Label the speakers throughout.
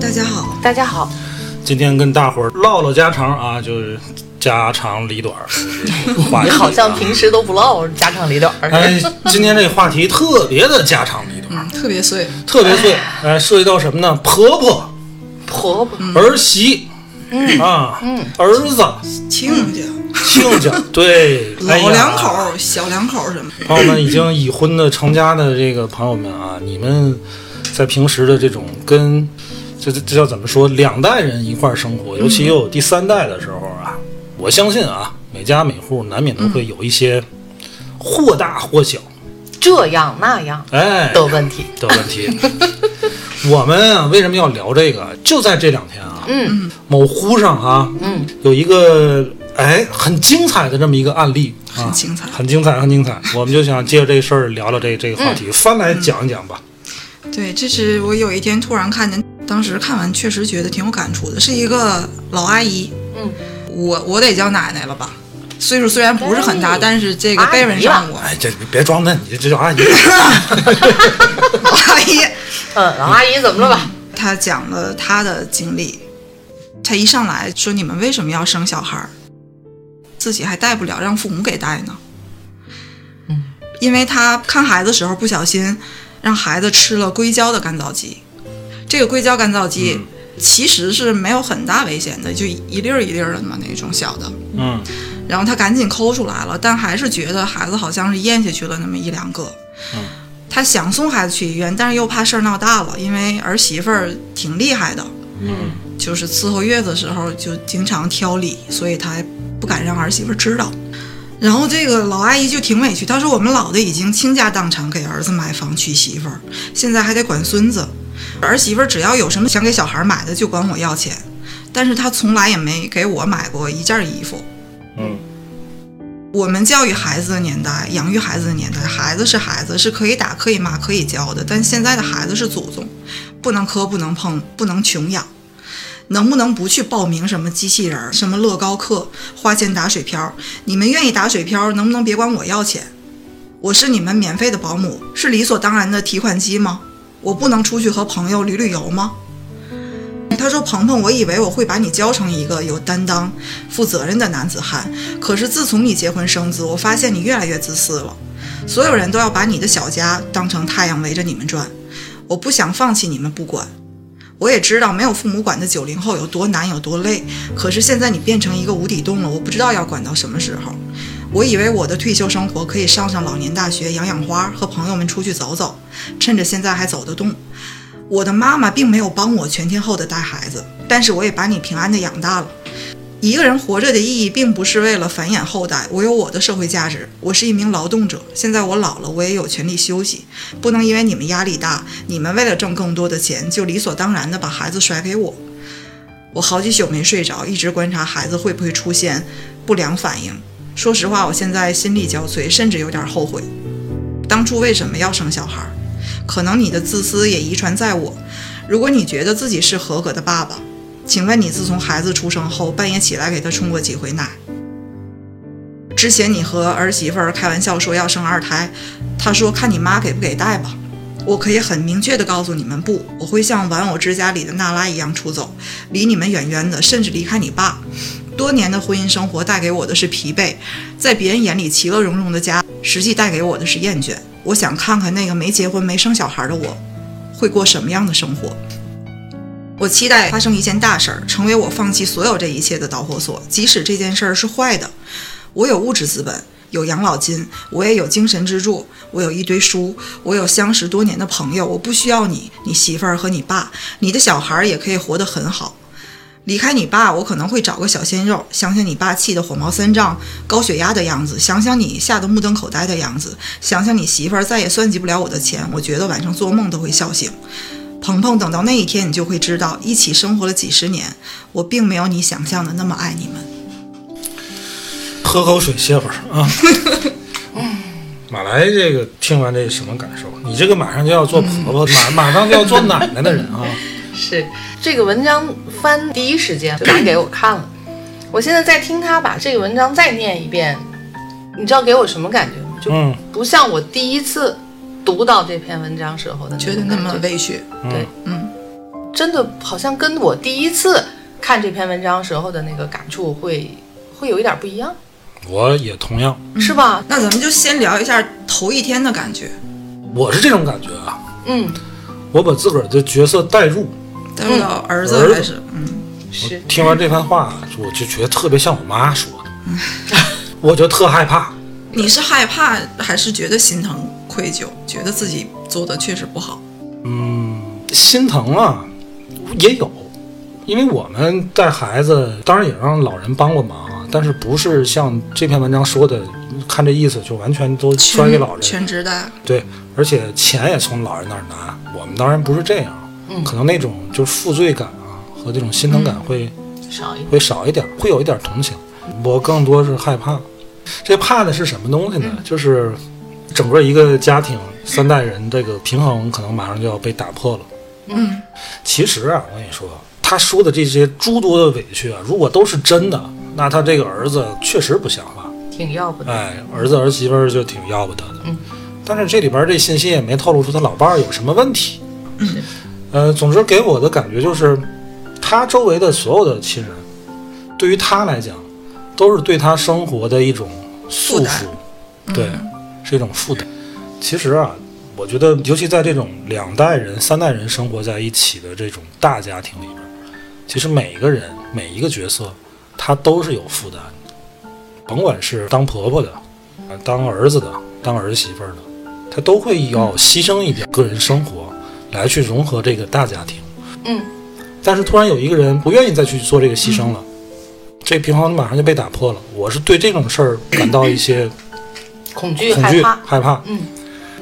Speaker 1: 大家好。
Speaker 2: 大家好，
Speaker 3: 今天跟大伙儿唠唠家常啊，就是家长里短儿。话题啊
Speaker 4: 你好像平时都不唠家长里短
Speaker 5: 嗯
Speaker 4: 儿。
Speaker 3: 哎，今天这话题特别的家长里短儿，
Speaker 4: 嗯，特别碎。
Speaker 3: 特别碎。哎，涉及到什么呢？婆婆、
Speaker 4: 婆婆，嗯
Speaker 3: 儿媳。啊，儿子、
Speaker 5: 亲家、
Speaker 3: 亲家，对，哎呀
Speaker 5: 老两口儿、小两口儿什么，
Speaker 3: 朋友们，已经已婚的、成家的这个朋友们啊，你们在平时的这种跟这这这叫怎么说？两代人一块儿生活，尤其又有第三代的时候啊，我相信啊，每家每户难免都会有一些或大或小，
Speaker 4: 这样那样
Speaker 3: 哎
Speaker 4: 的问题，
Speaker 3: 的问题。 我们啊，为什么要聊这个？就在这两天啊，嗯，某乎上啊，嗯，有一个哎很精彩的这么一个案例，啊
Speaker 5: 很精彩
Speaker 3: 很精彩，很精彩。我们就想借着这事儿聊聊这这个话
Speaker 5: 嗯
Speaker 3: 题，翻来讲一讲吧。
Speaker 5: 对，这是我有一天突然看见，当时看完确实觉得挺有感触的，是一个老阿姨，
Speaker 4: 嗯，
Speaker 5: 我我得叫奶奶了吧，岁数虽然不是很大，
Speaker 4: 哎
Speaker 5: 但是这个辈分上我
Speaker 3: 哎，这别装嫩，你这叫阿姨。
Speaker 5: 老阿姨，
Speaker 4: 嗯，老阿姨怎么了吧？
Speaker 5: 她讲了她的经历，她一上来说你们为什么要生小孩儿，自己还带不了，让父母给带呢，嗯，因为她看孩子的时候不小心让孩子吃了硅胶的干燥剂，这个硅胶干燥剂
Speaker 3: 嗯
Speaker 5: 其实是没有很大危险的，就一粒儿一粒儿的嘛那种小的，
Speaker 3: 嗯，
Speaker 5: 然后他赶紧抠出来了，但还是觉得孩子好像是咽下去了那么一两个。
Speaker 3: 嗯，
Speaker 5: 他想送孩子去医院，但是又怕事儿闹大了，因为儿媳妇儿挺厉害的，
Speaker 3: 嗯，
Speaker 5: 就是伺候月子的时候就经常挑理，所以他还不敢让儿媳妇儿知道。然后这个老阿姨就挺委屈，她说我们老的已经倾家荡产给儿子买房娶媳妇儿，现在还得管孙子，儿媳妇儿只要有什么想给小孩买的就管我要钱，但是她从来也没给我买过一件衣服。
Speaker 3: 嗯，
Speaker 5: 我们教育孩子的年代，养育孩子的年代，孩子是孩子，是可以打、可以骂、可以教的。但现在的孩子是祖宗，不能磕、不能碰、不能穷养。能不能不去报名什么机器人儿、什么乐高课、花钱打水漂？你们愿意打水漂，能不能别管我要钱？我是你们免费的保姆，是理所当然的提款机吗？我不能出去和朋友旅旅游吗？他说：“鹏鹏，我以为我会把你教成一个有担当、负责任的男子汉，可是自从你结婚生子，我发现你越来越自私了。所有人都要把你的小家当成太阳围着你们转，我不想放弃你们不管。我也知道没有父母管的九零后有多难有多累，可是现在你变成一个无底洞了，我不知道要管到什么时候。我以为我的退休生活可以上上老年大学，养养花，和朋友们出去走走，趁着现在还走得动。我的妈妈并没有帮我全天候的带孩子，但是我也把你平安的养大了。一个人活着的意义，并不是为了繁衍后代，我有我的社会价值，我是一名劳动者。现在我老了，我也有权利休息，不能因为你们压力大，你们为了挣更多的钱，就理所当然的把孩子甩给我。我好几宿没睡着，一直观察孩子会不会出现不良反应。说实话，我现在心力交瘁，甚至有点后悔，当初为什么要生小孩儿。可能你的自私也遗传在我。如果你觉得自己是合格的爸爸，请问你自从孩子出生后，半夜起来给他冲过几回奶？之前你和儿媳妇儿开玩笑说要生二胎，她说看你妈给不给带吧。我可以很明确的告诉你们，不，我会像玩偶之家里的娜拉一样出走，离你们远远的，甚至离开你爸。多年的婚姻生活带给我的是疲惫，在别人眼里其乐融融的家，实际带给我的是厌倦。我想看看那个没结婚、没生小孩的我，会过什么样的生活。我期待发生一件大事儿，成为我放弃所有这一切的导火索，即使这件事儿是坏的。我有物质资本，有养老金，我也有精神支柱，我有一堆书，我有相识多年的朋友，我不需要你，你媳妇儿和你爸，你的小孩儿也可以活得很好。离开你爸，我可能会找个小鲜肉。想想你爸气得火冒三丈、高血压的样子，想想你吓得目瞪口呆的样子，想想你媳妇儿再也算计不了我的钱，我觉得晚上做梦都会笑醒。鹏鹏等到那一天，你就会知道，一起生活了几十年，我并没有你想象的那么爱你们。
Speaker 3: 喝口水歇会儿啊。
Speaker 5: 嗯
Speaker 3: 马来这个听完这什么感受？你这个马上就要做婆
Speaker 5: 嗯
Speaker 3: 婆，马马上就要做奶奶的人啊！
Speaker 4: 是这个文章翻第一时间就拿给我看了，
Speaker 5: 嗯
Speaker 4: 我现在在听他把这个文章再念一遍，你知道给我什么感觉吗？就
Speaker 3: 嗯
Speaker 4: 不像我第一次读到这篇文章时候的
Speaker 5: 觉得
Speaker 4: 种
Speaker 5: 那
Speaker 4: 感
Speaker 5: 么委屈，
Speaker 4: 对，
Speaker 5: 嗯，
Speaker 4: 真的好像跟我第一次看这篇文章时候的那个感触会会有一点不一样，
Speaker 3: 我也同样，
Speaker 4: 是吧？
Speaker 5: 那咱们就先聊一下头一天的感觉。
Speaker 3: 我是这种感觉啊。
Speaker 4: 嗯，
Speaker 3: 我把自个儿的角色带入，
Speaker 5: 带入到儿
Speaker 3: 儿
Speaker 5: 子
Speaker 3: 子
Speaker 5: 开始，嗯，
Speaker 4: 是
Speaker 3: 听完这番话，我就觉得特别像我妈说的， 我就特害怕。
Speaker 5: 你是害怕还是觉得心疼、愧疚，觉得自己做的确实不好？
Speaker 3: 心疼啊，也有，因为我们带孩子，当然也让老人帮过忙啊，但是不是像这篇文章说的，看这意思就完全都
Speaker 5: 全
Speaker 3: 摔给老人，
Speaker 5: 全职的，
Speaker 3: 对，而且钱也从老人那儿拿，我们当然不是这样，
Speaker 4: 嗯
Speaker 3: 可能那种就是负罪感啊和这种心疼感会、
Speaker 4: 少一点。
Speaker 3: 会少一点，会有一点同情，我更多是害怕，这怕的是什么东西
Speaker 4: 嗯
Speaker 3: 呢？就是整个一个家庭三代人这个平衡可能马上就要被打破了。
Speaker 5: 嗯，
Speaker 3: 其实啊，我跟你说，他说的这些诸多的委屈啊，如果都是真的，那他这个儿子确实不像话。
Speaker 4: 挺要不得。
Speaker 3: 哎，儿子儿媳妇儿就挺要不得的。
Speaker 4: 嗯
Speaker 3: 但是这里边儿这信息也没透露出他老伴儿有什么问题。
Speaker 4: 是
Speaker 3: 呃，总之给我的感觉就是，他周围的所有的亲人，对于他来讲，都是对他生活的一种束
Speaker 5: 负
Speaker 3: 缚
Speaker 5: 担，
Speaker 4: 嗯
Speaker 3: 对，是一种负担。其实啊，我觉得，尤其在这种两代人、三代人生活在一起的这种大家庭里边儿，其实每一个人、每一个角色，他都是有负担的，甭管是当婆婆的，啊，当儿子的，当儿媳妇儿的，他都会要
Speaker 4: 嗯
Speaker 3: 牺牲一点个人生活来去融合这个大家庭。
Speaker 4: 嗯，
Speaker 3: 但是突然有一个人不愿意再去做这个牺牲了，
Speaker 4: 嗯
Speaker 3: 这平衡马上就被打破了。我是对这种事儿感到一 些
Speaker 4: 恐惧、
Speaker 3: 恐
Speaker 4: 害
Speaker 3: 惧、
Speaker 4: 怕。
Speaker 3: 害怕。
Speaker 4: 嗯，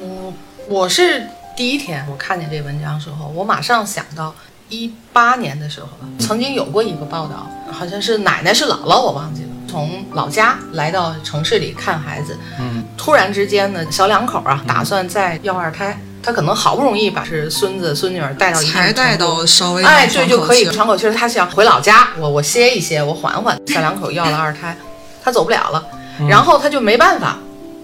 Speaker 4: 我我是第一天我看见这文章的时候，我马上想到一八年的时候吧，曾经有过一个报道，好像是奶奶是姥姥，我忘记了。从老家来到城市里看孩子，嗯，突然之间呢，小两口啊，打算再要二胎，他可能好不容易把是孙子孙女儿带到一定
Speaker 5: 才带
Speaker 4: 程度
Speaker 5: 到稍微
Speaker 4: 哎，
Speaker 5: 能
Speaker 4: 对，
Speaker 5: 喘
Speaker 4: 就
Speaker 5: 口
Speaker 4: 可以
Speaker 5: 气
Speaker 4: 喘口气儿。他想回老家，我我歇一歇，我缓缓。小两口要了二胎，他走不了了，
Speaker 5: 嗯
Speaker 4: 然后他就没办法，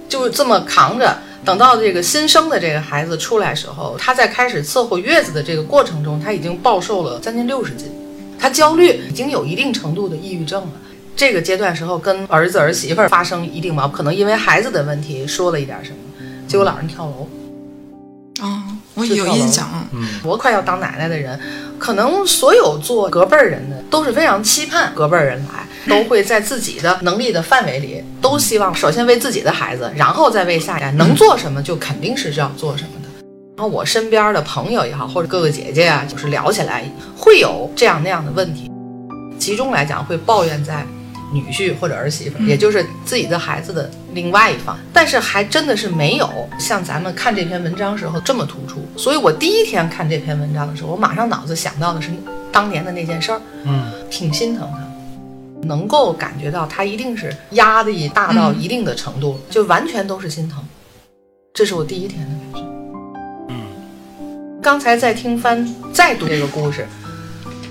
Speaker 4: 就这么扛着。等到这个新生的这个孩子出来时候，他在开始伺候月子的这个过程中，他已经暴瘦了将近六十斤，他焦虑，已经有一定程度的抑郁症了。这个阶段时候跟儿子儿媳妇儿发生一定矛盾，可能因为孩子的问题说了一点什么，结果老人跳楼。
Speaker 5: 啊，我
Speaker 4: 就
Speaker 5: 有
Speaker 4: 跳楼
Speaker 5: 印象啊。
Speaker 4: 我快要当奶奶的人，可能所有做隔辈儿人的都是非常期盼隔辈儿人来，都会在自己的能力的范围里，都希望首先为自己的孩子，然后再为下一代，能做什么就肯定是要做什么的。然后我身边的朋友也好，或者哥哥姐姐啊，就是聊起来会有这样那样的问题，集中来讲会抱怨在女婿或者儿媳妇，也就是自己的孩子的另外一方，但是还真的是没有像咱们看这篇文章时候这么突出。所以我第一天看这篇文章的时候，我马上脑子想到的是当年的那件事儿，
Speaker 3: 嗯，
Speaker 4: 挺心疼他，能够感觉到他一定是压力大到一定的程度，就完全都是心疼。这是我第一天的感觉。嗯，刚才在听翻再读这个故事，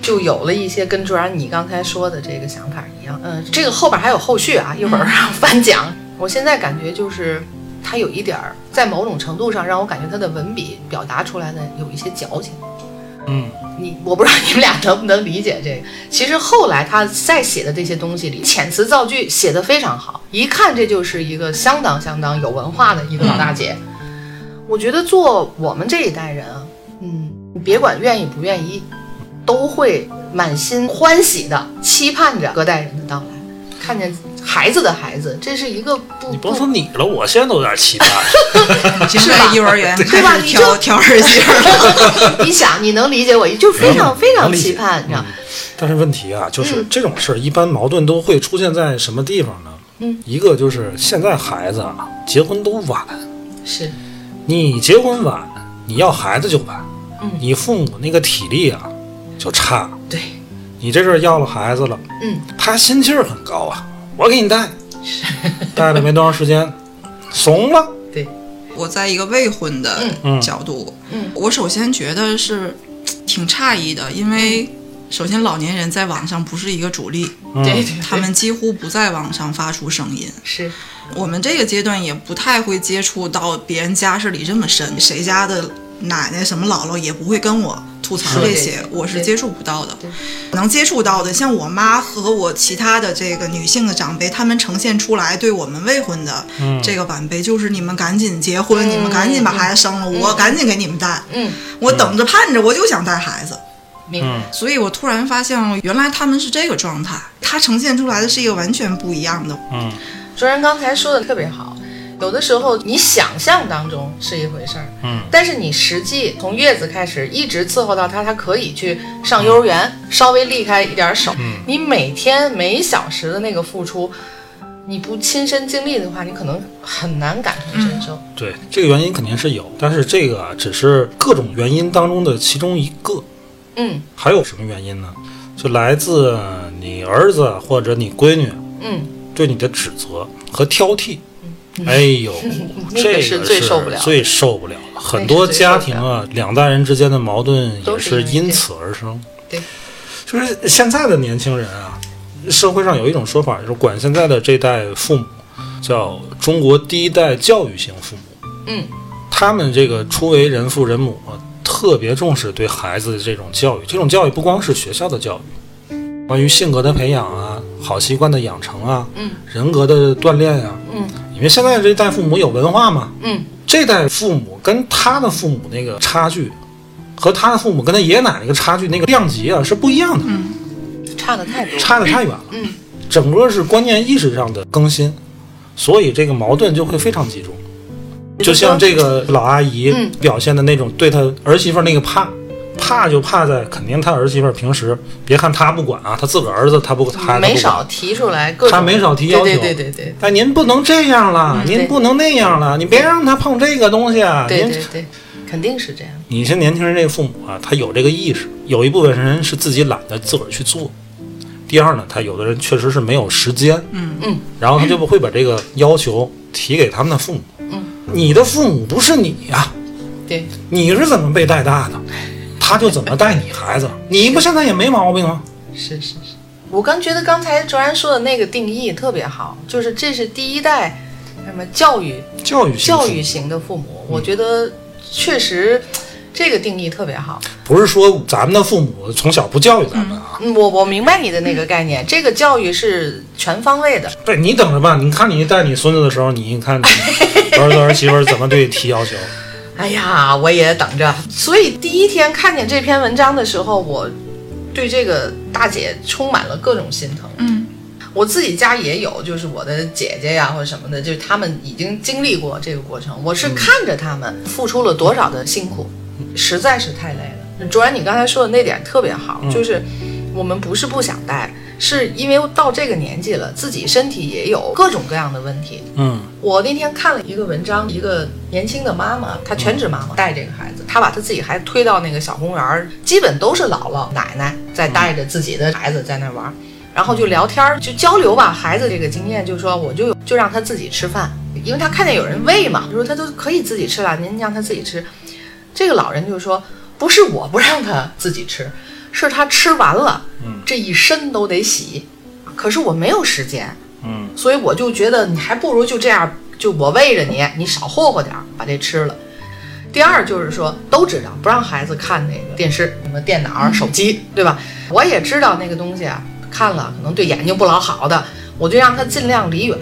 Speaker 4: 就有了一些跟卓然你刚才说的这个想法一样。嗯、这个后边还有后续啊，一会儿翻讲。我现在感觉就是他有一点儿，在某种程度上让我感觉他的文笔表达出来的有一些矫情。
Speaker 3: 嗯，
Speaker 4: 你我不知道你们俩能不能理解这个。其实后来他再写的这些东西里，遣词造句写得非常好，一看这就是一个相当相当有文化的一个老大姐。我觉得做我们这一代人啊，嗯，你别管愿意不愿意，都会满心欢喜的期盼着隔代人的到来，看见孩子的孩子，这是一个不
Speaker 3: 你甭说你了，我现在都有点期待。
Speaker 5: 现在幼儿园
Speaker 4: 对吧
Speaker 5: 开始
Speaker 4: 你
Speaker 5: 挑
Speaker 4: 就
Speaker 5: 挑儿 媳妇儿了，
Speaker 4: 你想你能理解我，就非常
Speaker 3: 能
Speaker 4: 非常
Speaker 3: 能理解
Speaker 4: 期盼，你知道。
Speaker 3: 但是问题啊，
Speaker 4: 嗯
Speaker 3: 就是这种事儿，一般矛盾都会出现在什么地方呢？
Speaker 4: 嗯，
Speaker 3: 一个就是现在孩子啊，结婚都晚，
Speaker 4: 是
Speaker 3: 你结婚晚，你要孩子就晚，
Speaker 4: 嗯
Speaker 3: 你父母那个体力啊就差，
Speaker 4: 对，
Speaker 3: 你这阵儿要了孩子了，
Speaker 4: 嗯，
Speaker 3: 他心气儿很高啊，我给你 带，带了没多长时间，怂了，
Speaker 4: 对，
Speaker 5: 我在一个未婚的
Speaker 3: 嗯
Speaker 5: 角度，
Speaker 4: 嗯
Speaker 5: 我首先觉得是嘖挺诧异的，因为首先老年人在网上不是一个主力，
Speaker 3: 嗯
Speaker 4: 对对对
Speaker 5: 他们几乎不在网上发出声音。
Speaker 4: 是
Speaker 5: 我们这个阶段也不太会接触到别人家事里这么深，谁家的奶奶什么姥姥也不会跟我吐槽这些
Speaker 4: 是，
Speaker 5: 我是
Speaker 4: 对
Speaker 5: 接触不到的。能接触到的，像我妈和我其他的这个女性的长辈，她们呈现出来对我们未婚的
Speaker 3: 嗯
Speaker 5: 这个晚辈，就是你们赶紧结婚，
Speaker 4: 嗯
Speaker 5: 你们赶紧把孩子生了，我赶紧给你们带，
Speaker 4: 嗯，
Speaker 5: 我等着盼着，我就想带孩子。
Speaker 4: 明白，
Speaker 3: 嗯
Speaker 5: 所以我突然发现，原来他们是这个状态，它呈现出来的是一个完全不一样的
Speaker 3: 嗯
Speaker 4: 卓然刚才说的特别好，有的时候你想象当中是一回事儿，
Speaker 3: 嗯，
Speaker 4: 但是你实际从月子开始一直伺候到他，他可以去上幼儿园，稍微离开一点手，
Speaker 3: 嗯
Speaker 4: 你每天每小时的那个付出，你不亲身经历的话，你可能很难感同身受。
Speaker 3: 对，这个原因肯定是有，但是这个啊只是各种原因当中的其中一个，
Speaker 4: 嗯
Speaker 3: 还有什么原因呢？就来自你儿子或者你闺女
Speaker 4: 嗯，
Speaker 3: 对你的指责和挑剔。哎 呦，
Speaker 4: 那
Speaker 3: 这
Speaker 4: 个
Speaker 3: 个
Speaker 4: 是最受不了的
Speaker 3: 最受不了的。很多家庭啊，两代人之间的矛盾也是因此而生。
Speaker 4: 对，
Speaker 3: 就是现在的年轻人啊，社会上有一种说法，就是管现在的这代父母叫“中国第一代教育型父母”。
Speaker 4: 嗯，
Speaker 3: 他们这个初为人父人母啊，特别重视对孩子的这种教育。这种教育不光是学校的教育，关于性格的培养啊、好习惯的养成啊、
Speaker 4: 嗯
Speaker 3: 人格的锻炼呀、
Speaker 4: 嗯，
Speaker 3: 因为现在这代父母有文化嘛，
Speaker 4: 嗯，
Speaker 3: 这代父母跟他的父母那个差距，和他的父母跟他爷爷奶奶那个差距那个量级啊是不一样的，
Speaker 4: 嗯差的太多了。
Speaker 3: 差得太远了。
Speaker 4: 嗯，
Speaker 3: 整个是观念意识上的更新，所以这个矛盾就会非常集中。就像这个老阿姨
Speaker 4: 嗯
Speaker 3: 表现的那种对她儿媳妇儿那个怕，怕就怕在肯定她儿媳妇儿平时别看她不管啊，她自个儿儿子她不她她
Speaker 4: 嗯没
Speaker 3: 不
Speaker 4: 少
Speaker 3: 管，
Speaker 4: 提出来各种，
Speaker 3: 他没少提要求
Speaker 4: 对对对对对
Speaker 3: 哎，您不能这样了，
Speaker 4: 嗯对
Speaker 3: 您不能那样了，你别让她碰这个东西啊，
Speaker 4: 对
Speaker 3: 您
Speaker 4: 对对，肯定是这样。
Speaker 3: 你像年轻人这父母啊，他有这个意识，有一部分人是自己懒得自个儿去做。第二呢，他有的人确实是没有时间，
Speaker 5: 嗯
Speaker 4: 嗯，
Speaker 3: 然后他就不会把这个要求提给他们的父母。
Speaker 4: 嗯，
Speaker 3: 你的父母不是你呀、
Speaker 4: 对，
Speaker 3: 你是怎么被带大的，他就怎么带你孩子。你不现在也没毛病啊吗？
Speaker 4: 是是是。我刚觉得刚才卓然说的那个定义特别好，就是这是第一代什么教育
Speaker 3: 教育型父母嗯
Speaker 4: 教育型的父母，我觉得确实这个定义特别好。
Speaker 3: 不是说咱们的父母从小不教育咱们啊，
Speaker 4: 嗯我我明白你的那个概念，这个教育是全方位的。
Speaker 3: 对你等着吧。你看你带你孙子的时候，你 看你儿子儿媳妇儿怎么对你提要求。
Speaker 4: 哎呀，我也等着。所以第一天看见这篇文章的时候，我对这个大姐充满了各种心疼。
Speaker 5: 嗯，
Speaker 4: 我自己家也有，就是我的姐姐呀或者什么的，就是他们已经经历过这个过程。我是看着他们付出了多少的辛苦，实在是太累了。卓然，你刚才说的那点特别好，
Speaker 3: 嗯
Speaker 4: 就是我们不是不想带，是因为到这个年纪了，自己身体也有各种各样的问题，
Speaker 3: 嗯
Speaker 4: 我那天看了一个文章，一个年轻的妈妈，她全职妈妈带这个孩子，她把她自己孩子推到那个小公园儿，基本都是姥姥奶奶在带着自己的孩子在那玩儿，然后就聊天儿，就交流吧孩子这个经验，就说我就就让他自己吃饭，因为他看见有人喂嘛，就说他都可以自己吃了，您让他自己吃。这个老人就说不是我不让他自己吃，是他吃完了，这一身都得洗，可是我没有时间。
Speaker 3: 嗯
Speaker 4: 所以我就觉得你还不如就这样，就我喂着你，你少霍霍点儿，把这吃了。第二就是说，都知道不让孩子看那个电视、什么电脑、手机，对吧？我也知道那个东西啊，看了可能对眼睛不老好的，我就让他尽量离远。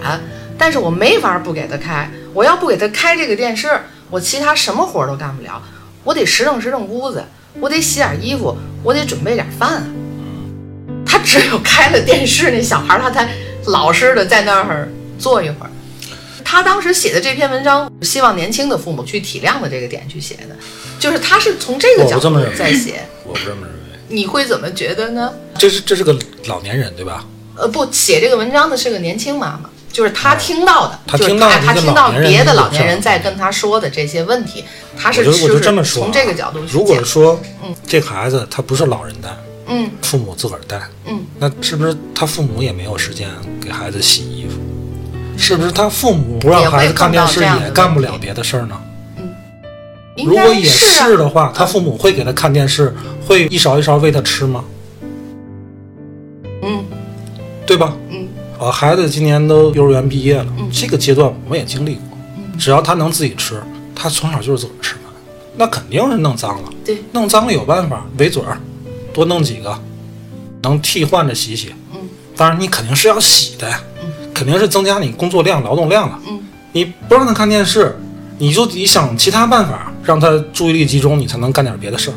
Speaker 4: 但是我没法不给他开，我要不给他开这个电视，我其他什么活儿都干不了。我得拾掇拾掇屋子，我得洗点衣服，我得准备点饭啊。他只有开了电视，那小孩儿他才老实的在那儿坐一会儿。他当时写的这篇文章，希望年轻的父母去体谅的这个点去写的，就是他是从这个
Speaker 3: 我
Speaker 4: 角
Speaker 3: 不这
Speaker 4: 度
Speaker 3: 么认为
Speaker 4: 在写。
Speaker 3: 我不这么认为。
Speaker 4: 你会怎么觉得呢？
Speaker 3: 这是这是个老年人对吧？
Speaker 4: 呃，不，写这个文章的是个年轻妈妈，就是他听到的，
Speaker 3: 哦他
Speaker 4: 就是
Speaker 3: 听到
Speaker 4: 他
Speaker 3: 的
Speaker 4: 他
Speaker 3: 一个
Speaker 4: 听到
Speaker 3: 老年人
Speaker 4: 别
Speaker 3: 的
Speaker 4: 的
Speaker 3: 一个
Speaker 4: 老年
Speaker 3: 事儿
Speaker 4: 人在跟他说的这些问题，他
Speaker 3: 我
Speaker 4: 是
Speaker 3: 就我就是这么说啊，
Speaker 4: 从这个角度去
Speaker 3: 如果
Speaker 4: 讲
Speaker 3: 说这个孩子他不是老人带，
Speaker 4: 嗯
Speaker 3: 父母自个儿带，
Speaker 4: 嗯，
Speaker 3: 那是不是他父母也没有时间给孩子洗衣服？是不是他父母不让孩子看电视
Speaker 4: 也会碰到这样的
Speaker 3: 也
Speaker 4: 问题
Speaker 3: 干不了别的事儿呢？
Speaker 4: 应
Speaker 3: 如果
Speaker 4: 该
Speaker 3: 也
Speaker 4: 是啊
Speaker 3: 是的话，他父母会给他看电视，会一勺一勺喂他吃吗？
Speaker 4: 嗯
Speaker 3: 对吧？
Speaker 4: 嗯，
Speaker 3: 啊，孩子今年都幼儿园毕业了，这个阶段我们也经历过，
Speaker 4: 嗯
Speaker 3: 只要他能自己吃，他从小就是自个儿吃饭，那肯定是弄脏了。
Speaker 4: 对，
Speaker 3: 弄脏了有办法，围嘴儿，多弄几个，能替换着洗洗。
Speaker 4: 嗯，
Speaker 3: 当然你肯定是要洗的呀，肯定是增加你工作量、劳动量了。
Speaker 4: 嗯，
Speaker 3: 你不让他看电视，你就得想其他办法让他注意力集中，你才能干点别的事儿，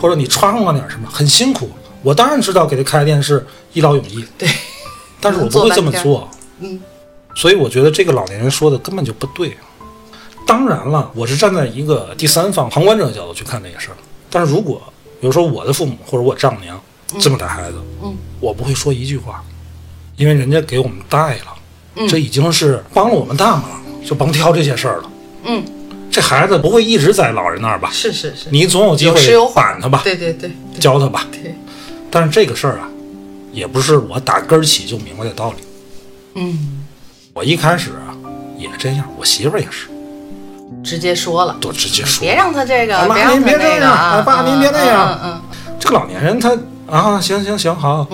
Speaker 3: 或者你歘弄了点什么，很辛苦。我当然知道给他开电视一劳永逸，
Speaker 4: 对，
Speaker 3: 但是我不会这么
Speaker 4: 做
Speaker 3: 做。
Speaker 4: 嗯，
Speaker 3: 所以我觉得这个老年人说的根本就不对。当然了，我是站在一个第三方旁观者的角度去看这个事儿。但是如果比如说我的父母或者我丈母娘这么带孩子，
Speaker 4: 嗯
Speaker 3: 我不会说一句话，因为人家给我们带了，
Speaker 4: 嗯
Speaker 3: 这已经是帮了我们大忙了，就甭挑这些事儿了。
Speaker 4: 嗯，
Speaker 3: 这孩子不会一直在老人那儿吧？
Speaker 4: 是是是，
Speaker 3: 你总有机
Speaker 4: 有时有
Speaker 3: 会
Speaker 4: 缓
Speaker 3: 管他吧，
Speaker 4: 对对对对
Speaker 3: 教他吧。
Speaker 4: 对，
Speaker 3: 但是这个事儿啊，也不是我打根儿起就明白的道理。
Speaker 4: 嗯，
Speaker 3: 我一开始啊也这样，我媳妇儿也是，
Speaker 4: 直接说了，
Speaker 3: 都直接说。
Speaker 4: 别让他这个
Speaker 3: 哎，妈
Speaker 4: 别让
Speaker 3: 您
Speaker 4: 他
Speaker 3: 别
Speaker 4: 那
Speaker 3: 这
Speaker 4: 个
Speaker 3: 样
Speaker 4: 啊，
Speaker 3: 哎爸
Speaker 4: 嗯
Speaker 3: 您别那样
Speaker 4: 嗯嗯嗯，
Speaker 3: 这个老年人他啊，行行行好，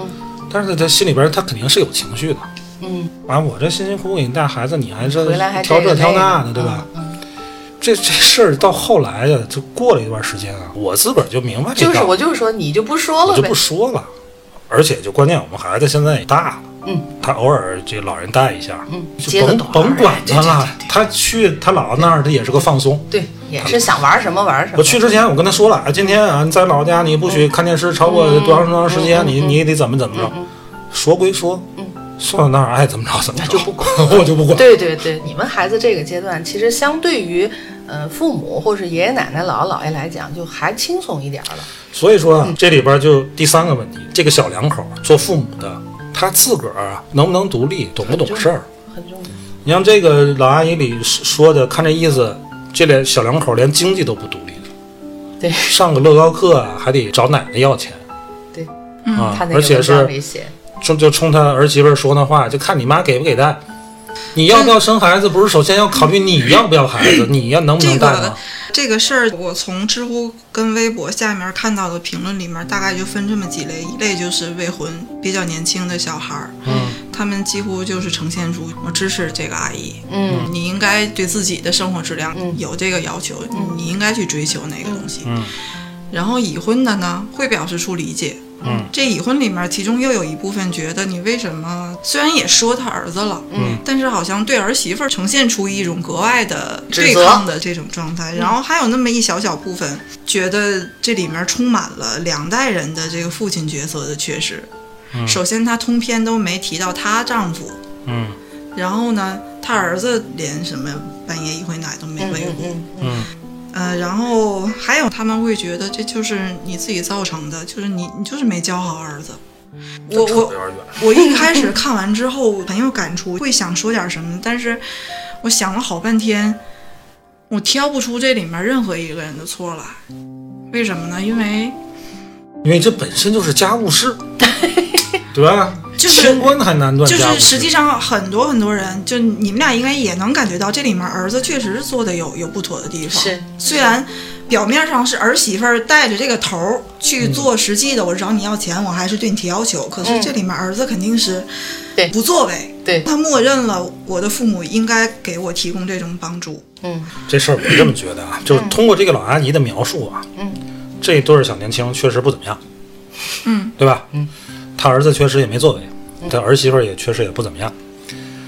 Speaker 3: 但是他心里边他肯定是有情绪的。
Speaker 4: 嗯，
Speaker 3: 啊，我这辛辛苦苦给你带孩子，你还这
Speaker 4: 回来还
Speaker 3: 挑
Speaker 4: 这嗯
Speaker 3: 这
Speaker 4: 个
Speaker 3: 挑
Speaker 4: 那
Speaker 3: 那
Speaker 4: 个
Speaker 3: 的，对吧？这这事儿到后来呀，就过了一段时间啊，我自个儿就明白这道
Speaker 4: 就
Speaker 3: 理，
Speaker 4: 是我就是说你就不说
Speaker 3: 我
Speaker 4: 了
Speaker 3: 就
Speaker 4: 呗
Speaker 3: 不，说了。而且就关键，我们孩子现在也大了，
Speaker 4: 嗯，
Speaker 3: 他偶尔这老人带一下，
Speaker 4: 嗯，
Speaker 3: 就
Speaker 4: 接得
Speaker 3: 甭
Speaker 4: 短，
Speaker 3: 甭管
Speaker 4: 对
Speaker 3: 他
Speaker 4: 对
Speaker 3: 了
Speaker 4: 对，
Speaker 3: 他去他姥姥那儿，他也是个放松。
Speaker 4: 对，也是想玩什么玩什么。
Speaker 3: 我去之前，我跟他说了，啊，今天啊，你在姥姥家你不许
Speaker 4: 嗯
Speaker 3: 看电视超过多长多长时间，你你得怎么怎么着。说归说，说到那儿爱怎么着怎么着，
Speaker 4: 嗯就不
Speaker 3: 我就不管。
Speaker 4: 对对对，你们孩子这个阶段，其实相对于呃父母或是爷爷奶奶、姥姥姥爷来讲，就还轻松一点儿了。
Speaker 3: 所以说
Speaker 4: 嗯
Speaker 3: 啊，这里边就第三个问题，这个小两口做父母的，他自个儿啊能不能独立，懂不懂事儿？
Speaker 4: 很重要，
Speaker 3: 你像这个老阿姨里说的，看这意思，这俩小两口连经济都不独立的，
Speaker 4: 对
Speaker 3: 上个乐高课啊还得找奶奶要钱
Speaker 4: 对，
Speaker 3: 啊
Speaker 4: 他，
Speaker 3: 而
Speaker 4: 那个
Speaker 3: 且
Speaker 4: 文
Speaker 3: 是
Speaker 4: 章里写，
Speaker 3: 冲就冲他儿媳妇儿说那话，就看你妈给不给带。你要不要生孩子，不是首先要考虑你要不要孩子，你要能不能带
Speaker 5: 这
Speaker 3: 吗
Speaker 5: 个？这个事儿，我从知乎跟微博下面看到的评论里面，大概就分这么几类：一类就是未婚、比较年轻的小孩儿，
Speaker 3: 嗯，
Speaker 5: 他们几乎就是呈现出我支持这个阿姨，
Speaker 4: 嗯
Speaker 5: 你应该对自己的生活质量
Speaker 4: 嗯
Speaker 5: 有这个要求，你应该去追求那个东西。
Speaker 3: 嗯
Speaker 5: 然后已婚的呢，会表示出理解。
Speaker 3: 嗯，
Speaker 5: 这已婚里面，其中又有一部分觉得你为什么虽然也说他儿子了，
Speaker 3: 嗯，
Speaker 5: 但是好像对儿媳妇儿呈现出一种格外的
Speaker 4: 指
Speaker 5: 对
Speaker 4: 责嗯
Speaker 5: 抗的这种状态。然后还有那么一小小部分觉得这里面充满了两代人的这个父亲角色的缺失。首先，她通篇都没提到她丈夫，
Speaker 3: 嗯
Speaker 5: 然后呢，她儿子连什么半夜一回奶都没喂过。
Speaker 4: 嗯嗯
Speaker 3: 嗯
Speaker 5: 呃，然后还有他们会觉得这就是你自己造成的，就是你你就是没教好儿子。我我
Speaker 3: 点远。
Speaker 5: 我一开始看完之后很有感触，会想说点什么，但是我想了好半天，我挑不出这里面任何一个人的错来。为什么呢？因为
Speaker 3: 因为这本身就是家务 事，对吧？
Speaker 5: 就是
Speaker 3: 清官还难断
Speaker 5: 就
Speaker 3: 家务
Speaker 5: 是
Speaker 3: 事。
Speaker 5: 实际上很多很多人，就你们俩应该也能感觉到，这里面儿子确实是做的有有不妥的地方。
Speaker 4: 是
Speaker 5: 虽然表面上是儿媳妇儿带着这个头儿去
Speaker 3: 嗯
Speaker 5: 做实际的，我找你要钱，我还是对你提要求，可是
Speaker 4: 嗯
Speaker 5: 这里面儿子肯定是
Speaker 4: 对
Speaker 5: 不作为，
Speaker 4: 对
Speaker 5: 他默认了我的父母应该给我提供这种帮助。
Speaker 4: 嗯
Speaker 3: 这事儿我这么觉得啊，就是通过这个老阿姨的描述啊，
Speaker 4: 嗯，
Speaker 3: 这对儿小年轻确实不怎么样，
Speaker 5: 嗯，
Speaker 3: 对吧？
Speaker 4: 嗯，
Speaker 3: 他儿子确实也没作为，他儿媳妇儿也确实也不怎么样，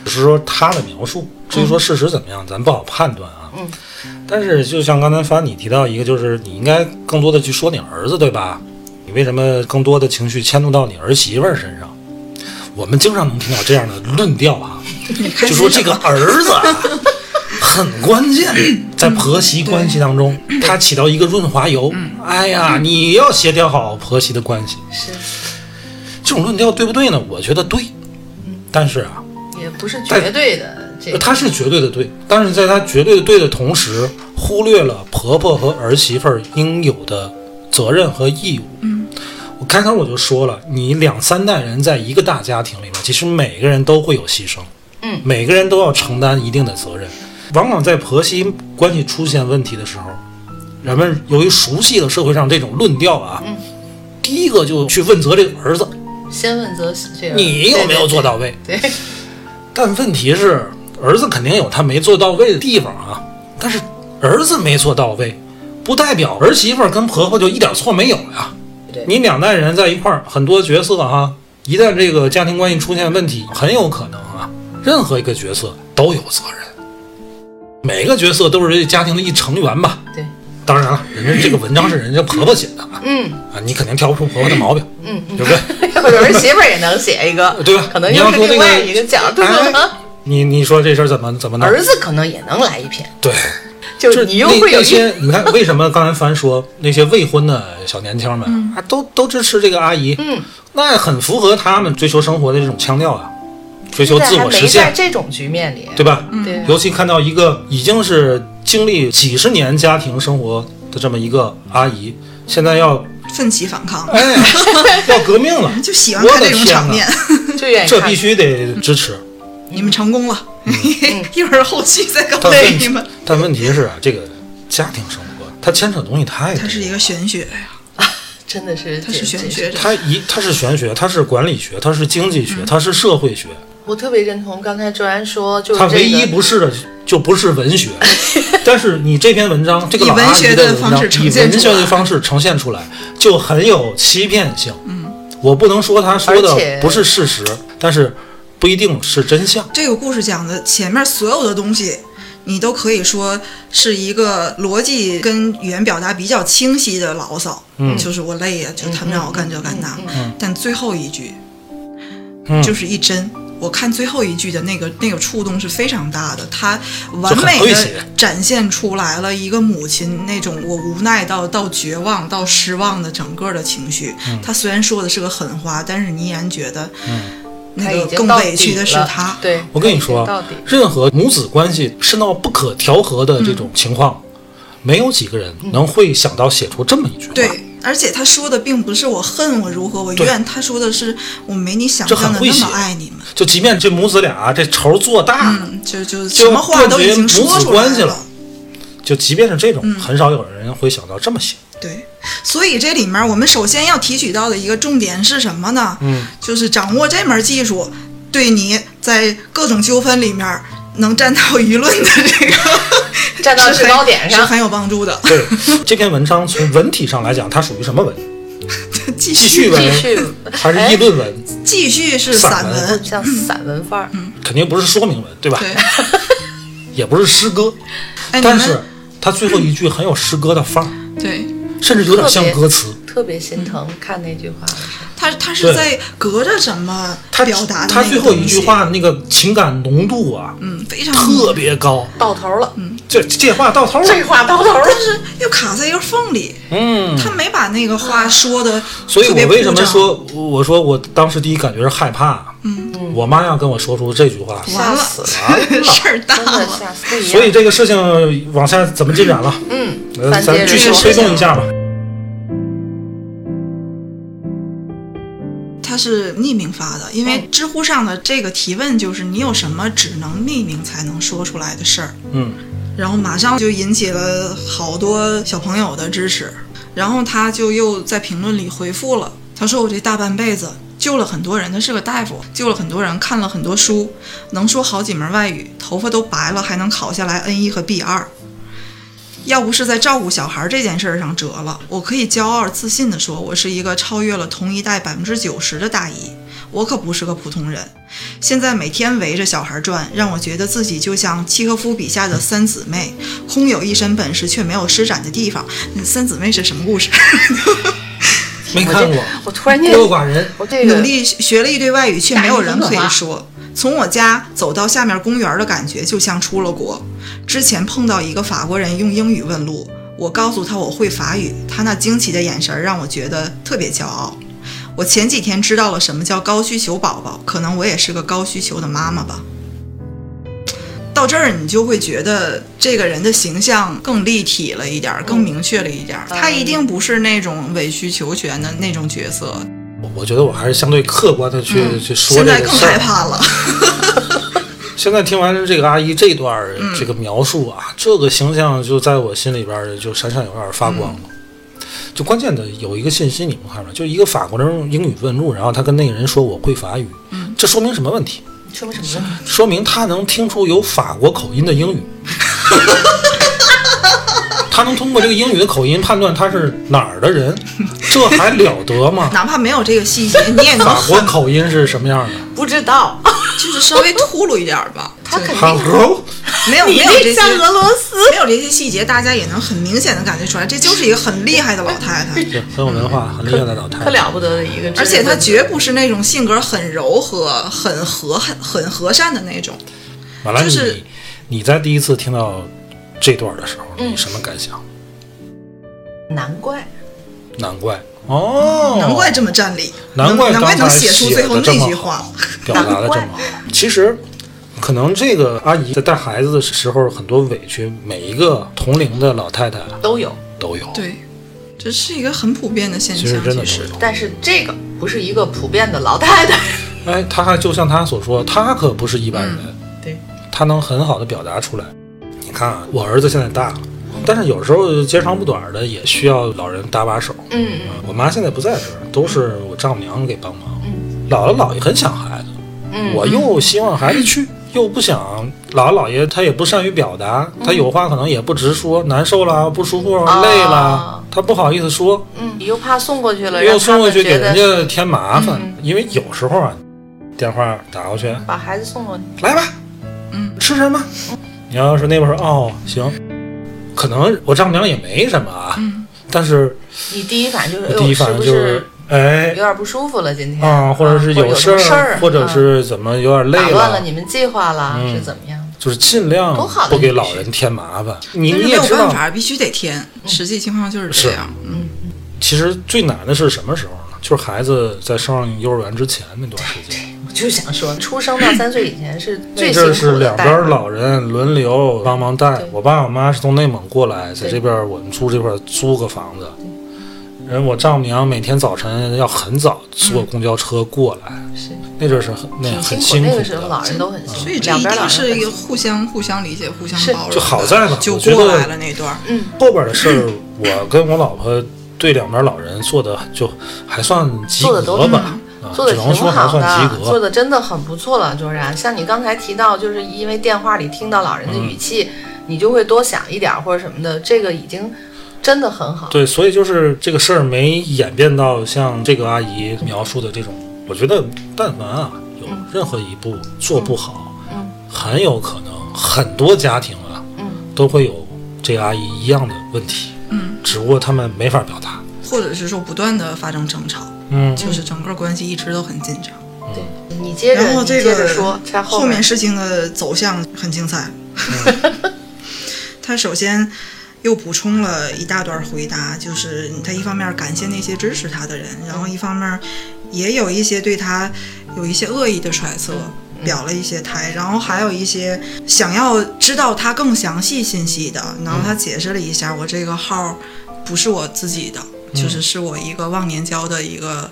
Speaker 3: 只是说他的描述，至于说事实怎么样，咱不好判断啊。
Speaker 4: 嗯，
Speaker 3: 但是就像刚才凡你提到一个，就是你应该更多的去说你儿子，对吧？你为什么更多的情绪迁怒到你儿媳妇儿身上？我们经常能听到这样的论调啊，就说这个儿子啊很关键，在婆媳关系当中，它起到一个润滑油。哎呀，你要协调好婆媳的关系，
Speaker 4: 嗯是
Speaker 3: 这种论调对不对呢？我觉得对，但是啊，呃
Speaker 4: 也也不是绝对的这个。
Speaker 3: 她是绝对的对，但是在她绝对的对的同时，忽略了婆婆和儿媳妇儿应有的责任和义务。
Speaker 5: 嗯，
Speaker 3: 我开头我就说了，你两三代人在一个大家庭里面，其实每个人都会有牺牲，
Speaker 4: 嗯
Speaker 3: 每个人都要承担一定的责任。往往在婆媳关系出现问题的时候，人们由于熟悉了社会上这种论调啊，
Speaker 4: 嗯
Speaker 3: 第一个就去问责这个儿子，
Speaker 4: 先问责这个
Speaker 3: 你有没有做？到位？
Speaker 4: 对对对对
Speaker 3: 但问题是，儿子肯定有他没做到位的地方啊。但是儿子没做到位，不代表儿媳妇儿跟婆婆就一点错没有呀、
Speaker 4: 对
Speaker 3: 你两代人在一块儿，很多角色哈、一旦这个家庭关系出现问题，很有可能啊，任何一个角色都有责任，每个角色都是这家庭的一成员吧。
Speaker 4: 对，
Speaker 3: 当然了，人家这个文章是人家婆婆写的啊，
Speaker 4: 嗯
Speaker 3: 啊，你肯定挑不出婆婆的毛病，
Speaker 4: 嗯
Speaker 3: 对不对？
Speaker 4: 嗯，有人媳妇儿也能写一个，
Speaker 3: 对吧
Speaker 4: 可能
Speaker 3: 你
Speaker 4: 又
Speaker 3: 要
Speaker 4: 是
Speaker 3: 说
Speaker 4: 另
Speaker 3: 那个
Speaker 4: 外一个角度
Speaker 3: 哎
Speaker 4: 了。
Speaker 3: 你你说这事儿怎么怎么弄？
Speaker 4: 儿子可能也能来一篇，
Speaker 3: 对，
Speaker 4: 就是你又
Speaker 3: 那
Speaker 4: 会
Speaker 3: 那
Speaker 4: 有一
Speaker 3: 些，你看为什么刚才凡说那些未婚的小年轻们、啊，都都支持这个阿姨，
Speaker 4: 嗯，
Speaker 3: 那很符合他们追求生活的这种腔调啊，追求
Speaker 4: 现在
Speaker 3: 自
Speaker 4: 还
Speaker 3: 我
Speaker 4: 没
Speaker 3: 实
Speaker 4: 在
Speaker 3: 现，
Speaker 4: 这种局面里，
Speaker 3: 对吧？
Speaker 5: 嗯
Speaker 4: 对啊
Speaker 3: 尤其看到一个已经是经历几十年家庭生活的这么一个阿姨，现在要
Speaker 5: 奋起反抗，
Speaker 3: 哎要革命了，
Speaker 5: 就喜欢看这种场面。
Speaker 4: 就愿意
Speaker 3: 这
Speaker 4: 看嗯
Speaker 3: 必须得支持。
Speaker 5: 你们成功了，
Speaker 3: 嗯
Speaker 5: 一会儿后期再告
Speaker 3: 但
Speaker 5: 诉
Speaker 3: 问
Speaker 5: 你们。
Speaker 3: 但问题是啊，这个家庭生活它牵扯的东西太多
Speaker 5: 它
Speaker 3: 了。
Speaker 5: 是一个玄学呀，
Speaker 4: 真的是
Speaker 5: 它是
Speaker 4: 这
Speaker 5: 玄
Speaker 4: 这
Speaker 5: 学。
Speaker 3: 它一，它是玄学，它是管理学，它是经济学，它是社会学，
Speaker 4: 我特别认同刚才周然说，就是
Speaker 3: 它
Speaker 4: 这
Speaker 3: 唯一
Speaker 4: 个
Speaker 3: 不是的就不是文学。但是你这篇文章，这个老阿姨文章
Speaker 5: 以文学的方式呈
Speaker 3: 以
Speaker 5: 现出来
Speaker 3: 文学的方式呈现出来，就很有欺骗性。嗯，我不能说他说
Speaker 4: 而
Speaker 3: 的
Speaker 4: 且
Speaker 3: 不是事实，但是不一定是真相。
Speaker 5: 这个故事讲的前面所有的东西，你都可以说是一个逻辑跟语言表达比较清晰的牢骚，
Speaker 3: 嗯
Speaker 5: 就是我累呀、就他们让我干这干那，
Speaker 4: 嗯
Speaker 5: 但最后一句
Speaker 3: 嗯，
Speaker 5: 就是一针。我看最后一句的那个那个触动是非常大的，它完
Speaker 3: 就很
Speaker 5: 美
Speaker 3: 诙
Speaker 5: 的
Speaker 3: 谐
Speaker 5: 展现出来了一个母亲那种我无奈到到绝望到失望的整个的情绪。她虽然说的是个狠话，但是你依然觉得
Speaker 3: 嗯，
Speaker 5: 那
Speaker 4: 他已
Speaker 5: 个
Speaker 4: 经
Speaker 5: 更
Speaker 4: 到
Speaker 5: 委屈
Speaker 4: 底
Speaker 5: 的是
Speaker 4: 了
Speaker 5: 她。
Speaker 4: 对，
Speaker 3: 我跟你说
Speaker 4: 到
Speaker 3: 啊
Speaker 4: 底，
Speaker 3: 任何母子关系深到不可调和的这种情况，没有几个人能会想到写出这么一句话。
Speaker 5: 对，而且他说的并不是我恨我如何，我
Speaker 3: 对
Speaker 5: 怨，他说的是我没你想
Speaker 3: 这很
Speaker 5: 象的
Speaker 3: 诙
Speaker 5: 那
Speaker 3: 谐
Speaker 5: 么爱你们。
Speaker 3: 就即便这母子俩啊这仇做大了，
Speaker 5: 嗯，就就
Speaker 3: 就
Speaker 5: 什么话都已经说出来
Speaker 3: 断绝母子关系了
Speaker 5: 了。嗯
Speaker 3: 就即便是这种，很少有人会想到这么写。
Speaker 5: 对，所以这里面我们首先要提取到的一个重点是什么呢？
Speaker 3: 嗯，
Speaker 5: 就是掌握这门技术，对你在各种纠纷里面能站到舆论的这 个
Speaker 4: 站到制
Speaker 5: 是
Speaker 4: 高
Speaker 5: 很
Speaker 4: 点
Speaker 5: 是
Speaker 4: 上，
Speaker 5: 很有帮助的。
Speaker 3: 对，这篇文章从文体上来讲，它属于什么文？记
Speaker 5: 继
Speaker 3: 叙
Speaker 4: 继
Speaker 3: 文
Speaker 4: 续
Speaker 3: 还是议论文？
Speaker 5: 继续是
Speaker 3: 散
Speaker 5: 散
Speaker 3: 文
Speaker 5: 文，
Speaker 4: 像散文范儿，
Speaker 5: 嗯
Speaker 3: 肯定不是说明文，对吧？
Speaker 5: 对，
Speaker 3: 也不是诗歌，
Speaker 5: 哎，你
Speaker 3: 但
Speaker 5: 们
Speaker 3: 是它最后一句很有诗歌的范儿，
Speaker 5: 对。
Speaker 3: 甚至有点像歌词。
Speaker 4: 特别心疼
Speaker 5: 嗯
Speaker 4: 看那句话的时候。
Speaker 5: 他他
Speaker 3: 对
Speaker 5: 是在隔着什么
Speaker 3: 他
Speaker 5: 表达的
Speaker 3: 他
Speaker 5: 那
Speaker 3: 最
Speaker 5: 个
Speaker 3: 后
Speaker 5: 东
Speaker 3: 一句
Speaker 5: 西，
Speaker 3: 话那个情感浓度啊，
Speaker 5: 嗯，非常
Speaker 3: 特别高。
Speaker 4: 到头了，
Speaker 5: 嗯
Speaker 3: 这这话到头了，
Speaker 4: 这话到头了
Speaker 5: 但，是又卡在一个缝里，
Speaker 3: 嗯，
Speaker 5: 他没把那个话说的，
Speaker 3: 所以我为什么说，我说我当时第一感觉是害怕。嗯，我妈要跟我说出这句话，
Speaker 5: 完
Speaker 4: 吓
Speaker 5: 了
Speaker 4: 死了，
Speaker 5: 事儿大
Speaker 4: 真的
Speaker 5: 了？
Speaker 4: 吓死不一样。
Speaker 3: 所以这个事情往下怎么进展了？
Speaker 4: 嗯，
Speaker 3: 呃
Speaker 4: 反
Speaker 3: 咱
Speaker 4: 接
Speaker 3: 继
Speaker 4: 着
Speaker 3: 续
Speaker 4: 说
Speaker 3: 推动一下吧。
Speaker 5: 他是匿名发的，因为知乎上的这个提问就是你有什么只能匿名才能说出来的事儿，
Speaker 3: 嗯，
Speaker 5: 然后马上就引起了好多小朋友的支持，然后他就又在评论里回复了，他说我这大半辈子救了很多人，他是个大夫，救了很多人，看了很多书，能说好几门外语，头发都白了，还能考下来 N 一和 B 二。要不是在照顾小孩这件事儿上折了，我可以骄傲而自信地说，我是一个超越了同一代百分之九十的大姨，我可不是个普通人。现在每天围着小孩转，让我觉得自己就像契诃夫笔下的三姊妹，空有一身本事却没有施展的地方。嗯三姊妹是什么故事？
Speaker 3: 没看过，
Speaker 4: 我突然间，
Speaker 3: 孤陋寡人。
Speaker 4: 我这
Speaker 5: 努
Speaker 4: 个
Speaker 5: 力学了一堆外语，却没有人可以说。从我家走到下面公园的感觉，就像出了国。之前碰到一个法国人用英语问路，我告诉他我会法语，他那惊奇的眼神让我觉得特别骄傲。我前几天知道了什么叫高需求宝宝，可能我也是个高需求的妈妈吧。到这儿，你就会觉得这个人的形象更立体了一点儿，更明确了一点儿。
Speaker 4: 嗯
Speaker 5: 他一定不是那种委曲求全的那种角色。
Speaker 3: 我我觉得我还是相对客观的去、去说这个事
Speaker 5: 现
Speaker 3: 儿。
Speaker 5: 在更害怕了，
Speaker 3: 现在听完这个阿姨这段儿这个描述啊，这个形象就在我心里边儿就闪闪有点发光了。就关键的有一个信息，你们看到，就一个法国人用英语问路，然后他跟那个人说我会法语，这说明什么问题？
Speaker 4: 说明什么呢？
Speaker 3: 说明他能听出有法国口音的英语， 他能通过这个英语的口音判断他是哪儿的人，这还了得吗
Speaker 5: ？哪怕没有这个细 节，你也能
Speaker 3: 法国
Speaker 5: 很
Speaker 3: 口音是什么样的
Speaker 4: 不知道，
Speaker 5: 就是稍微秃噜一点儿 吧。他
Speaker 4: 肯
Speaker 3: ？Hello，
Speaker 5: 没有没
Speaker 4: 你
Speaker 5: 有
Speaker 4: 这
Speaker 5: 这些
Speaker 4: 像俄罗斯。
Speaker 5: 没有这些细节，大家也能很明显的感觉出来，这就是一个很厉害的老太 太。
Speaker 3: 对很有文化，很厉害的老太
Speaker 4: 可
Speaker 3: 太。
Speaker 4: 了不得的一个职业，
Speaker 5: 而且她绝不是那种性格很柔和、很和很和善的那种。
Speaker 3: 完了，
Speaker 5: 就是
Speaker 3: 你你在第一次听到这段的时候，你什么感想？
Speaker 4: 难怪
Speaker 3: 难怪哦，
Speaker 5: 难怪这么站立，
Speaker 3: 难怪
Speaker 5: 能难怪能
Speaker 3: 刚才
Speaker 5: 写出最后
Speaker 3: 写得这
Speaker 5: 那
Speaker 3: 么
Speaker 5: 句
Speaker 3: 好
Speaker 5: 话。
Speaker 3: 表达的这么好。其实，可能这个阿姨在带孩子的时候很多委屈，每一个同龄的老太太
Speaker 4: 都有，
Speaker 3: 都有。
Speaker 5: 对，这是一个很普遍的现
Speaker 3: 其实
Speaker 5: 象，
Speaker 3: 真的
Speaker 5: 其
Speaker 3: 都
Speaker 5: 实
Speaker 3: 有。
Speaker 4: 但是这个不是一个普遍的老太太。
Speaker 3: 哎，她还就像她所说，她可不是一般人，
Speaker 4: 嗯对，
Speaker 3: 她能很好的表达出来。你看啊，我儿子现在大了，但是有时候截长补短的也需要老人搭把手。
Speaker 4: 嗯
Speaker 3: 嗯，我妈现在不在这儿，都是我丈母娘给帮忙。
Speaker 4: 嗯
Speaker 3: 姥姥姥爷很想孩子，我又希望孩子去，又不想姥姥姥爷他也不善于表达，
Speaker 4: 嗯
Speaker 3: 他有话可能也不直说，难受啦，不舒服啦，
Speaker 4: 啊
Speaker 3: 累啦，他不好意思说，
Speaker 4: 嗯，你又怕送过去了，
Speaker 3: 又
Speaker 4: 让他
Speaker 3: 送过
Speaker 4: 们
Speaker 3: 去给
Speaker 4: 觉
Speaker 3: 人
Speaker 4: 得嗯
Speaker 3: 家添麻烦，因为有时候啊，电话打过去，
Speaker 4: 把孩子送过去，
Speaker 3: 来吧，
Speaker 5: 嗯，
Speaker 3: 吃什么？你要是那边说哦行，可能我丈母娘也没什么啊，但是
Speaker 4: 你第一反应嗯就是，
Speaker 3: 我第一
Speaker 4: 哎呦
Speaker 3: 反应
Speaker 4: 不
Speaker 3: 就是
Speaker 4: 是
Speaker 3: 哎
Speaker 4: 有。点不舒服了？今天
Speaker 3: 啊，或者是
Speaker 4: 有
Speaker 3: 事
Speaker 4: 什么事
Speaker 3: 儿，或者
Speaker 4: 嗯
Speaker 3: 是怎么有点累
Speaker 4: 打
Speaker 3: 了，
Speaker 4: 乱了你嗯们计划了，是怎么样的？
Speaker 3: 就是尽量
Speaker 4: 多好的
Speaker 3: 不给
Speaker 4: 女
Speaker 3: 老
Speaker 4: 士
Speaker 3: 人添麻烦。你
Speaker 5: 但是
Speaker 3: 你
Speaker 5: 没
Speaker 3: 也
Speaker 5: 有
Speaker 3: 知
Speaker 5: 办
Speaker 3: 道，嗯
Speaker 5: 法，必须得填。实际情况就是
Speaker 3: 是
Speaker 5: 这样。嗯，
Speaker 3: 其实最难的是什么时候呢？就是孩子在上幼儿园之前那段时间，
Speaker 4: 我就想说，出生到三岁以前是
Speaker 3: 那
Speaker 4: 最辛
Speaker 3: 阵儿
Speaker 4: 苦
Speaker 3: 是
Speaker 4: 的
Speaker 3: 两
Speaker 4: 代
Speaker 3: 边儿
Speaker 4: 码，
Speaker 3: 老人轮流帮忙带
Speaker 4: 对。
Speaker 3: 我爸我妈是从内蒙过来，在
Speaker 4: 对嗯
Speaker 3: 这边儿我们住这块儿租个房子。人我丈母娘每天早晨要很早坐公交车过来，
Speaker 4: 是
Speaker 3: 那阵儿是很那很
Speaker 4: 嗯挺
Speaker 3: 辛
Speaker 4: 啊辛
Speaker 3: 苦的。
Speaker 4: 苦。那个时候老人都很辛苦，
Speaker 5: 所以这
Speaker 4: 两
Speaker 5: 一
Speaker 4: 边
Speaker 5: 定
Speaker 4: 老人
Speaker 5: 是
Speaker 4: 很
Speaker 5: 一
Speaker 4: 辛
Speaker 5: 个
Speaker 4: 苦
Speaker 5: 互相互相理解、互相
Speaker 4: 是
Speaker 5: 包容的。
Speaker 3: 就好在吧
Speaker 5: 就
Speaker 3: 我觉得
Speaker 5: 过来了那段儿。
Speaker 3: 后边的事儿，我跟我老婆对两边老人做的就还算及
Speaker 4: 做得都
Speaker 3: 格吧，啊，
Speaker 4: 做的
Speaker 3: 只
Speaker 4: 挺
Speaker 3: 能说还
Speaker 4: 好
Speaker 3: 算及
Speaker 4: 的，做
Speaker 3: 格。
Speaker 4: 的真的很不错了，卓然。像你刚才提到，就是因为电话里听到老人的语气，你就会多想一点儿或者什么的，这个已经真的很好。
Speaker 3: 对，所以就是这个事儿没演变到像这个阿姨描述的这种。我觉得，但凡啊有
Speaker 5: 嗯
Speaker 3: 任何一步做不好，很有可能很多家庭啊，
Speaker 4: 嗯
Speaker 3: 都会有这个阿姨一样的问题，
Speaker 5: 嗯，
Speaker 3: 只不过他们没法表达。
Speaker 5: 或者是说不断的发生争吵，
Speaker 3: 嗯，
Speaker 5: 就是整个关系一直都很紧张。
Speaker 4: 对，你接着，
Speaker 5: 然后这
Speaker 4: 你接着
Speaker 5: 个
Speaker 4: 说，在
Speaker 5: 后
Speaker 4: 面
Speaker 5: 面事情的走向很精彩。 他首先又补充了一大段回答，就是他一方面感谢那些支持他的人，然后一方面也有一些对他有一些恶意的揣测。
Speaker 4: 嗯
Speaker 5: 表了一些态，然后还有一些想要知道他更详细信息的，然后他解释了一下，我这个号不是我自己的，
Speaker 4: 嗯
Speaker 5: 就是是我一个忘年交的一个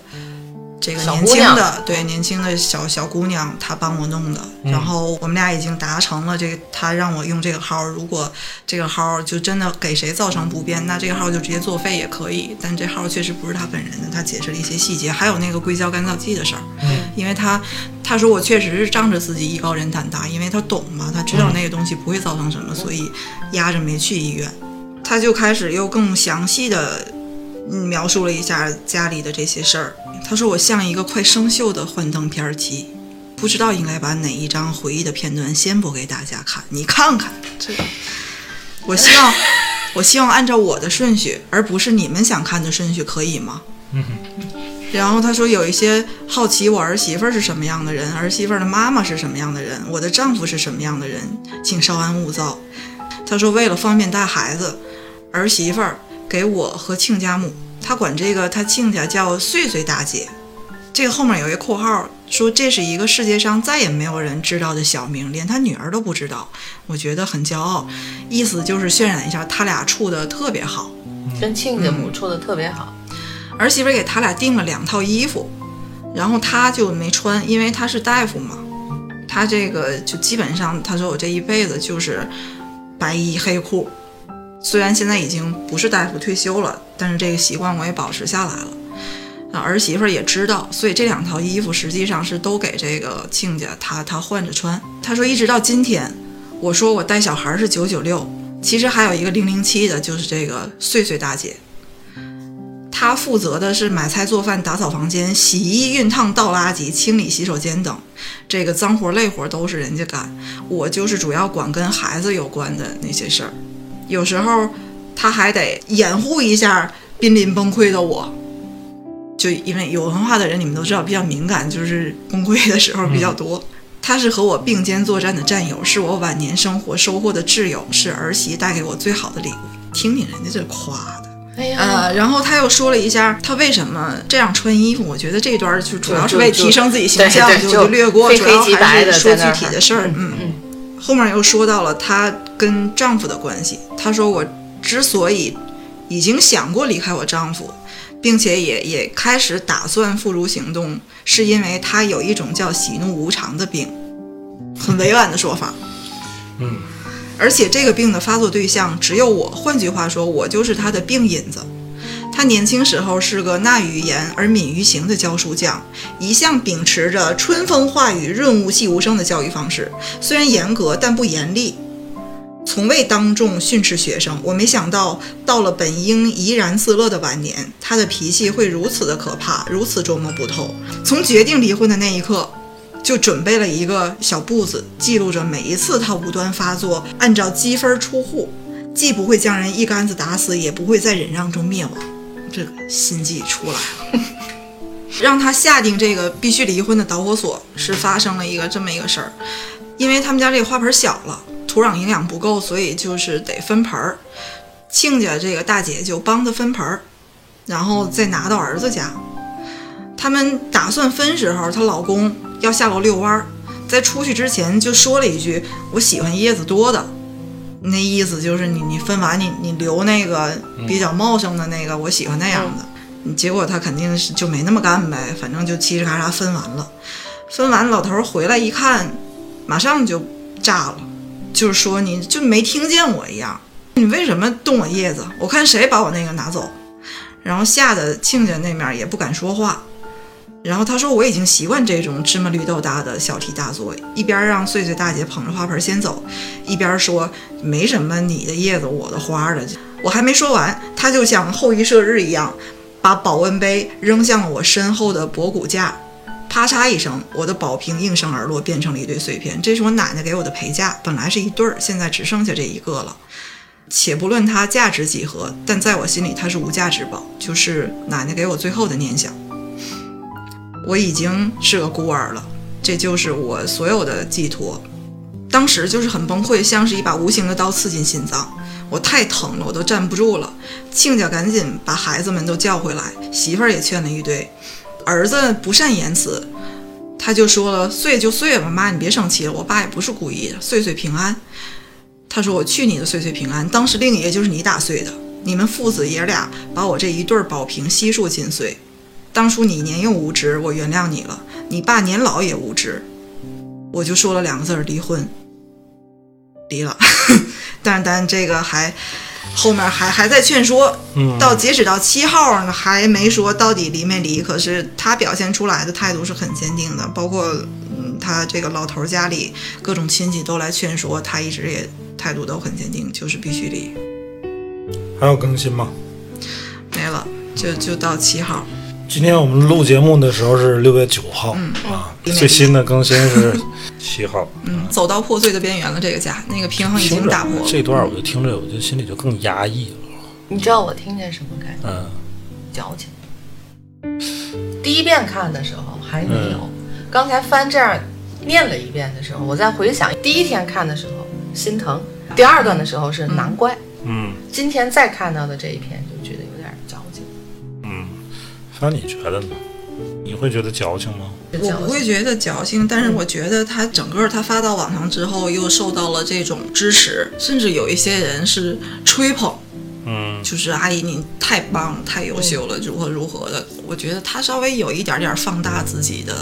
Speaker 5: 这个
Speaker 4: 小
Speaker 5: 年
Speaker 4: 姑
Speaker 5: 轻
Speaker 4: 娘嗯
Speaker 5: 的对年轻的小小姑娘，她帮我弄的。然后我们俩已经达成了这个，她让我用这个号，如果这个号就真的给谁造成不
Speaker 4: 嗯
Speaker 5: 便，那这个号就直接作废也可以。但这号确实不是她本人的，她解释了一些细节，还有那个硅胶干燥剂的事儿。
Speaker 3: 嗯
Speaker 5: 因为她她说我确实是仗着自己艺高人胆大，因为她懂嘛，她知道那个东西不会造成什么，所以压着没去医院。她就开始又更详细的嗯，描述了一下家里的这些事儿。他说我像一个快生锈的幻灯片机，不知道应该把哪一张回忆的片段先播给大家看，你看看这个。我希望，我希望按照我的顺序，而不是你们想看的顺序，可以吗？然后他说有一些好奇我儿媳妇儿是什么样的人，儿媳妇儿的妈妈是什么样的人，我的丈夫是什么样的人，请稍安勿躁。他说为了方便带孩子，儿媳妇儿给我和亲家母，她管这个她亲家叫穗穗大姐，这个后面有一个括号说这是一个世界上再也没有人知道的小名，连他女儿都不知道，我觉得很骄傲，意思就是渲染一下他俩处的特别好。
Speaker 4: 跟亲家母处的特别好，
Speaker 5: 儿媳妇儿给他俩订了两套衣服，然后他就没穿，因为他是大夫嘛，他这个就基本上他说我这一辈子就是白衣黑裤，虽然现在已经不是大夫退休了，但是这个习惯我也保持下来了。啊，儿媳妇儿也知道，所以这两套衣服实际上是都给这个亲家他他换着穿。他说一直到今天，我说我带小孩儿是九九六，其实还有一个零零七的，就是这个岁岁大姐。她负责的是买菜、做饭、打扫房间、洗衣、熨烫、倒垃圾、清理洗手间等，这个脏活累活都是人家干。我就是主要管跟孩子有关的那些事儿，有时候她还得掩护一下濒临崩溃的我。就因为有文化的人，你们都知道比较敏感，就是崩溃的时候比较多。她是和我并肩作战的战友，是我晚年生活收获的挚友，是儿媳带给我最好的礼物。听听人家这夸的。
Speaker 4: 哎呀，
Speaker 5: 呃，然后他又说了一下他为什么这样穿衣服，我觉得这一段儿就主要是为提升自己形象，
Speaker 4: 对对
Speaker 5: 就
Speaker 4: 就
Speaker 5: 略过，
Speaker 4: 非
Speaker 5: 主要
Speaker 4: 黑即
Speaker 5: 还
Speaker 4: 白
Speaker 5: 是
Speaker 4: 的
Speaker 5: 说具
Speaker 4: 在那儿
Speaker 5: 体的事儿。嗯
Speaker 4: 嗯，
Speaker 5: 后面又说到了她跟丈夫的关系，她说我之所以已经想过离开我丈夫，并且也也开始打算付诸行动，是因为她有一种叫喜怒无常的病，很委婉的说法。
Speaker 3: 嗯，
Speaker 5: 而且这个病的发作对象只有我，换句话说，我就是他的病引子。他年轻时候是个纳于言而敏于行的教书匠，一向秉持着“春风化雨，润物细无声”的教育方式，虽然严格但不严厉，从未当众训斥学生。我没想到，到了本应怡然自乐的晚年，他的脾气会如此的可怕，如此捉摸不透。从决定离婚的那一刻，就准备了一个小簿子，记录着每一次他无端发作，按照积分出户，既不会将人一竿子打死，也不会在忍让中灭亡。这个心计出来了， 让他下定这个必须离婚的导火索是发生了一个这么一个事儿，因为他们家这个花盆小了，土壤营养不够，所以就是得分盆儿。亲家这个大姐就帮他分盆儿，然后再拿到儿子家。他们打算分时候，她老公要下楼遛弯儿，在出去之前就说了一句：“我喜欢叶子多的。”那意思就是你你分完你你留那个比较茂盛的那个，我喜欢那样的。结果他肯定是就没那么干呗，反正就嘁哧咔嚓分完了。分完，老头儿回来一看，马上就炸了，就是说你就没听见我一样，你为什么动我叶子？我看谁把我那个拿走。然后吓得亲家那面也不敢说话，然后他说我已经习惯这种芝麻绿豆大的小题大做，一边让穗穗大姐捧着花盆先走，一边说没什么你的叶子我的花的。我还没说完，他就像后羿射日一样，把保温杯扔向了我身后的博古架，啪嚓一声，我的宝瓶应声而落，变成了一堆碎片。这是我奶奶给我的陪嫁，本来是一对儿，现在只剩下这一个了。且不论它价值几何，但在我心里它是无价之宝，就是奶奶给我最后的念想。我已经是个孤儿了，这就是我所有的寄托。当时就是很崩溃，像是一把无形的刀刺进心脏，我太疼了，我都站不住了。亲家赶紧把孩子们都叫回来，媳妇儿也劝了一堆。儿子不善言辞，他就说了：“碎就碎吧，妈，你别生气了，我爸也不是故意的，岁岁平安。”他说：“我去你的岁岁平安！当时令爷就是你打碎的，你们父子爷俩把我这一对儿宝瓶悉数尽碎。当初你年幼无知，我原谅你了；你爸年老也无知，我就说了两个字儿：离婚。离了， 但但这个还后面还还在劝说，
Speaker 3: 嗯
Speaker 5: 到截止到七号呢还没说到底离没离。可是他表现出来的态度是很坚定的，包括嗯他这个老头儿家里各种亲戚都来劝说，他一直也态度都很坚定，就是必须离。
Speaker 3: 还有更新吗？
Speaker 5: 没了，就就到七号。
Speaker 3: 今天我们录节目的时候是六月九号、啊，最新的更新 是七号。
Speaker 5: 嗯，走到破碎的边缘了，这个家那个平衡已
Speaker 3: 听
Speaker 5: 经
Speaker 3: 着
Speaker 5: 打破了。
Speaker 3: 这段，我就听着，我就心里就更压抑了。
Speaker 4: 你知道我听见什么感觉？
Speaker 3: 嗯，
Speaker 4: 矫情。第一遍看的时候还没有，
Speaker 3: 嗯
Speaker 4: 刚才翻这样念了一遍的时候，我在回想第一天看的时候心疼，第二段的时候是难怪，
Speaker 3: 嗯
Speaker 4: 今天再看到的这一篇就觉得有点矫情。
Speaker 3: 嗯，反正你觉得呢？你会觉得矫情吗？
Speaker 5: 我不会觉得矫情，但是我觉得他整个他发到网上之后，又受到了这种支持，甚至有一些人是吹捧，
Speaker 3: 嗯，
Speaker 5: 就是阿姨你太棒了，太优秀了，如何如何的。我觉得他稍微有一点点放大自己的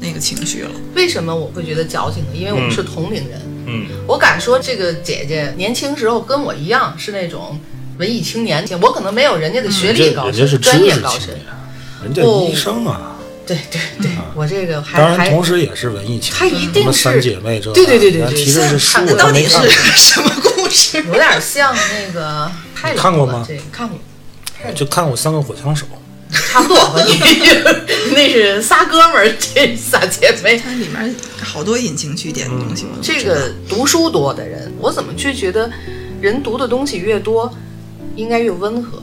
Speaker 5: 那个情绪了。
Speaker 4: 为什么我会觉得矫情呢？因为我们是同龄人，
Speaker 3: 嗯
Speaker 4: 我敢说这个姐姐年轻时候跟我一样是那种文艺青年，我可能没有人家的学
Speaker 3: 人
Speaker 4: 历
Speaker 3: 家
Speaker 4: 高
Speaker 3: 嗯人家是
Speaker 4: 深，
Speaker 3: 知
Speaker 4: 专
Speaker 3: 识
Speaker 4: 业
Speaker 3: 青
Speaker 4: 高深
Speaker 3: 年，，啊人家
Speaker 4: 不
Speaker 3: 医生啊，
Speaker 4: 对对对，我这个还
Speaker 3: 当然
Speaker 4: 还
Speaker 3: 同时也是文艺青
Speaker 4: 她
Speaker 3: 年，啊
Speaker 4: 一
Speaker 3: 什
Speaker 4: 定
Speaker 3: 么
Speaker 4: 是
Speaker 3: 三姐妹这，
Speaker 4: 对对对对对
Speaker 3: 咱提着是书
Speaker 4: 是，
Speaker 3: 我
Speaker 5: 那到
Speaker 3: 都没
Speaker 5: 底
Speaker 3: 看
Speaker 5: 是
Speaker 3: 过。
Speaker 5: 什么故事？
Speaker 4: 有点像那个太
Speaker 3: 你看
Speaker 4: 老
Speaker 3: 过
Speaker 4: 了
Speaker 3: 吗
Speaker 4: 这个看过，
Speaker 3: 就看过《三个火枪手》，
Speaker 4: 差不 多吧，你 那是仨哥们儿，这是仨姐妹。
Speaker 5: 它里面好多引经据典的东西，
Speaker 3: 嗯
Speaker 5: 我都不
Speaker 4: 这
Speaker 5: 知道
Speaker 4: 个读书多的人，我怎么去觉得，人读的东西越多，应该越温和。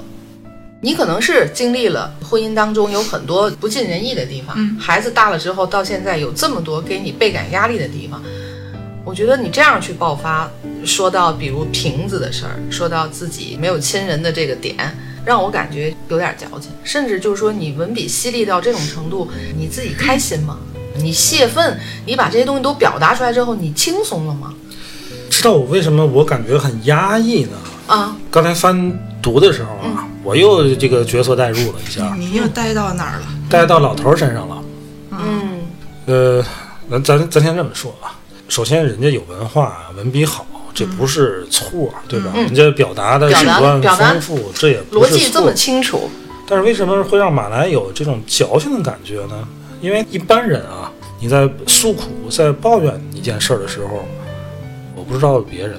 Speaker 4: 你可能是经历了婚姻当中有很多不尽人意的地方，
Speaker 5: 嗯
Speaker 4: 孩子大了之后到现在有这么多给你倍感压力的地方，我觉得你这样去爆发，说到比如瓶子的事儿，说到自己没有亲人的这个点，让我感觉有点矫情，甚至就是说你文笔犀利到这种程度，你自己开心吗？你泄愤，你把这些东西都表达出来之后，你轻松了吗？
Speaker 3: 知道我为什么我感觉很压抑呢？
Speaker 4: 啊，
Speaker 3: 刚才翻读的时候
Speaker 4: 嗯
Speaker 3: 啊，我又这个角色代入了一下，
Speaker 5: 你又带到哪儿了？
Speaker 3: 带到老头儿身上了。
Speaker 4: 嗯
Speaker 3: 呃，咱咱咱先这么说啊，首先人家有文化，啊文笔好，这不是错，对吧？人家表达的
Speaker 4: 嗯表
Speaker 3: 手
Speaker 4: 达
Speaker 3: 段
Speaker 4: 表达
Speaker 3: 丰富，这也不
Speaker 4: 逻
Speaker 3: 是
Speaker 4: 辑这
Speaker 3: 错
Speaker 4: 么。清楚，
Speaker 3: 但是为什么会让马来有这种矫情的感觉呢？因为一般人啊，你在诉苦、在抱怨一件事儿的时候，我不知道别人，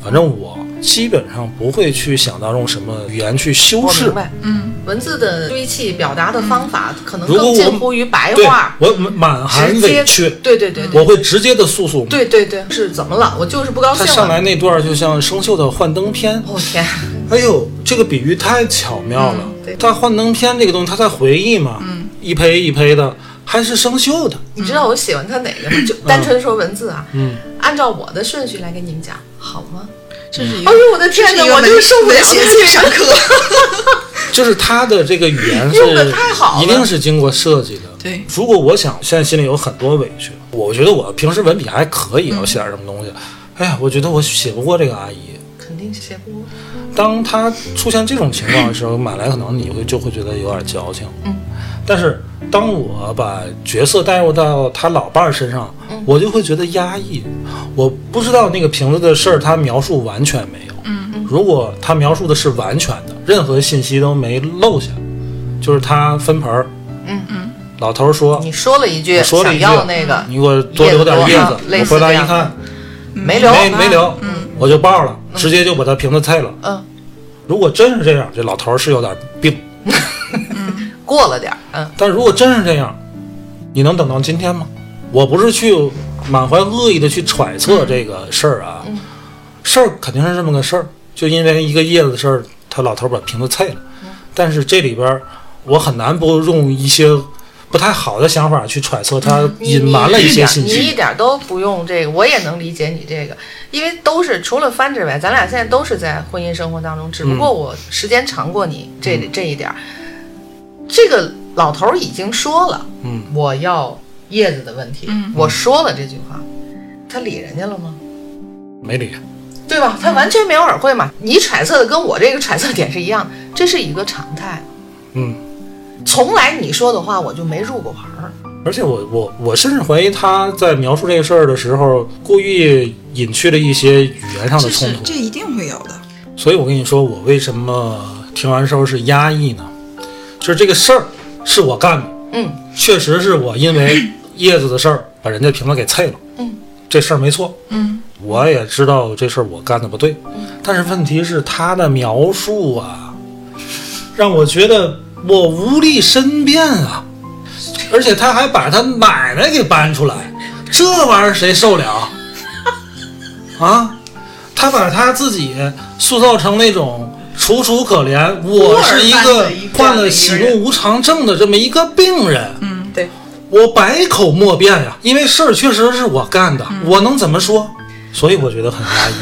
Speaker 3: 反正我基本上不会去想到用什么语言去修
Speaker 4: 我
Speaker 3: 饰
Speaker 4: 明。白。
Speaker 5: 嗯，
Speaker 4: 文字的堆砌表达的方法，可能
Speaker 3: 如果
Speaker 4: 更
Speaker 3: 我
Speaker 4: 近乎于白
Speaker 3: 对
Speaker 4: 话，，
Speaker 3: 我满含
Speaker 4: 直接
Speaker 3: 委屈，
Speaker 4: 对对对对
Speaker 3: 我会直接的诉诉。
Speaker 4: 对对对，是怎么了？我就是不高
Speaker 3: 他
Speaker 4: 兴
Speaker 3: 上来
Speaker 4: 了。
Speaker 3: 那段儿就像生锈的幻灯片，
Speaker 4: 我、天，
Speaker 3: 哎呦，这个比喻太巧妙了。
Speaker 4: 嗯对嗯
Speaker 3: 他幻灯片这个东西，他在回忆嘛，一胚一胚的，还是生锈的。
Speaker 4: 你知道我喜欢他哪
Speaker 3: 嗯
Speaker 4: 个吗？就单纯说文字啊，按照我的顺序来给你们讲，好吗？
Speaker 5: 这是一个
Speaker 4: 哎，呦，我的天
Speaker 5: 这
Speaker 4: 哪，
Speaker 5: 是一个
Speaker 4: 我就
Speaker 5: 文
Speaker 4: 受不了
Speaker 5: 文学
Speaker 4: 这
Speaker 5: 欣
Speaker 4: 个。
Speaker 5: 赏 课。
Speaker 3: 就是他的这个语言是
Speaker 4: 用得太好了
Speaker 3: 一定是经过设计的。
Speaker 5: 对，
Speaker 3: 如果我想现在心里有很多委屈，我觉得我平时文笔还可
Speaker 4: 嗯
Speaker 3: 以，我写点什么东西，哎呀，我觉得我写不过这个阿姨。
Speaker 4: 肯定是写不过。
Speaker 3: 当他出现这种情况的时候，马来可能你会就会觉得有点矫情。嗯，但是当我把角色带入到他老伴儿身上，我就会觉得压抑。我不知道那个瓶子的事儿，他描述完全没有。嗯，如果他描述的是完全的，任何信息都没漏下，就是他分盆儿。
Speaker 4: 嗯
Speaker 3: 嗯，老头儿说
Speaker 4: 你说了一句
Speaker 3: 我说了
Speaker 4: 想
Speaker 3: 一句嗯
Speaker 4: 要那个，
Speaker 3: 你给我多留点叶
Speaker 4: 叶子
Speaker 3: 子
Speaker 4: 多，类
Speaker 3: 我
Speaker 4: 似
Speaker 3: 回来
Speaker 4: 这
Speaker 3: 一
Speaker 4: 样
Speaker 3: 看
Speaker 4: 没留，
Speaker 3: 没没留，啊嗯我就爆了，直接就把他瓶子退了。
Speaker 4: 嗯，
Speaker 3: 如果真是这样，这老头儿是有点病。
Speaker 4: 过了点儿，嗯，
Speaker 3: 但如果真是这样，你能等到今天吗？我不是去满怀恶意的去揣测这个事儿啊，
Speaker 4: 嗯
Speaker 3: 事儿肯定是这么个事儿，就因为一个叶子的事儿，他老头把瓶子碎了。
Speaker 4: 嗯
Speaker 3: 但是这里边儿，我很难不用一些不太好的想法去揣测他
Speaker 4: 嗯你
Speaker 3: 隐瞒了
Speaker 4: 你
Speaker 3: 一些
Speaker 4: 点
Speaker 3: 信
Speaker 4: 你一
Speaker 3: 息。
Speaker 4: 点都不用这个，我也能理解你这个，因为都是除了翻之外，咱俩现在都是在婚姻生活当中，只不过我时间长过你这、
Speaker 3: 嗯
Speaker 4: 这一点儿。这个老头儿已经说了，
Speaker 3: 嗯，
Speaker 4: 我要叶子的问题，
Speaker 5: 嗯
Speaker 4: 我说了这句话，他理人家了吗？
Speaker 3: 嗯没理。
Speaker 4: 对吧？他完全没有耳会嘛，你揣测的跟我这个揣测点是一样的，这是一个常态。
Speaker 3: 嗯，
Speaker 4: 从来你说的话我就没入过盘儿。
Speaker 3: 而且我我我甚至怀疑他在描述这个事儿的时候，故意隐去了一些语言上的
Speaker 5: 这
Speaker 3: 冲
Speaker 5: 是
Speaker 3: 突。
Speaker 5: 这一定会有的。
Speaker 3: 所以我跟你说，我为什么听完之后是压抑呢？就是这个事儿是我干的，
Speaker 4: 嗯，
Speaker 3: 确实是我因为叶子的事儿把人家瓶子给碎了，
Speaker 4: 嗯，
Speaker 3: 这事儿没错，
Speaker 5: 嗯，
Speaker 3: 我也知道这事儿我干的不对，但是问题是他的描述啊，让我觉得我无力申辩啊，而且他还把他奶奶给搬出来，这玩意儿谁受 了？啊，他把他自己塑造成那种楚楚可怜，我是一
Speaker 5: 孤
Speaker 3: 个
Speaker 5: 儿般的一个
Speaker 3: 患了喜怒无常症的这么一个病人，
Speaker 5: 嗯，
Speaker 4: 对。
Speaker 3: 我百口莫辩呀，因为事儿确实是我干的，
Speaker 5: 嗯
Speaker 3: 我能怎么说？所以我觉得很压抑。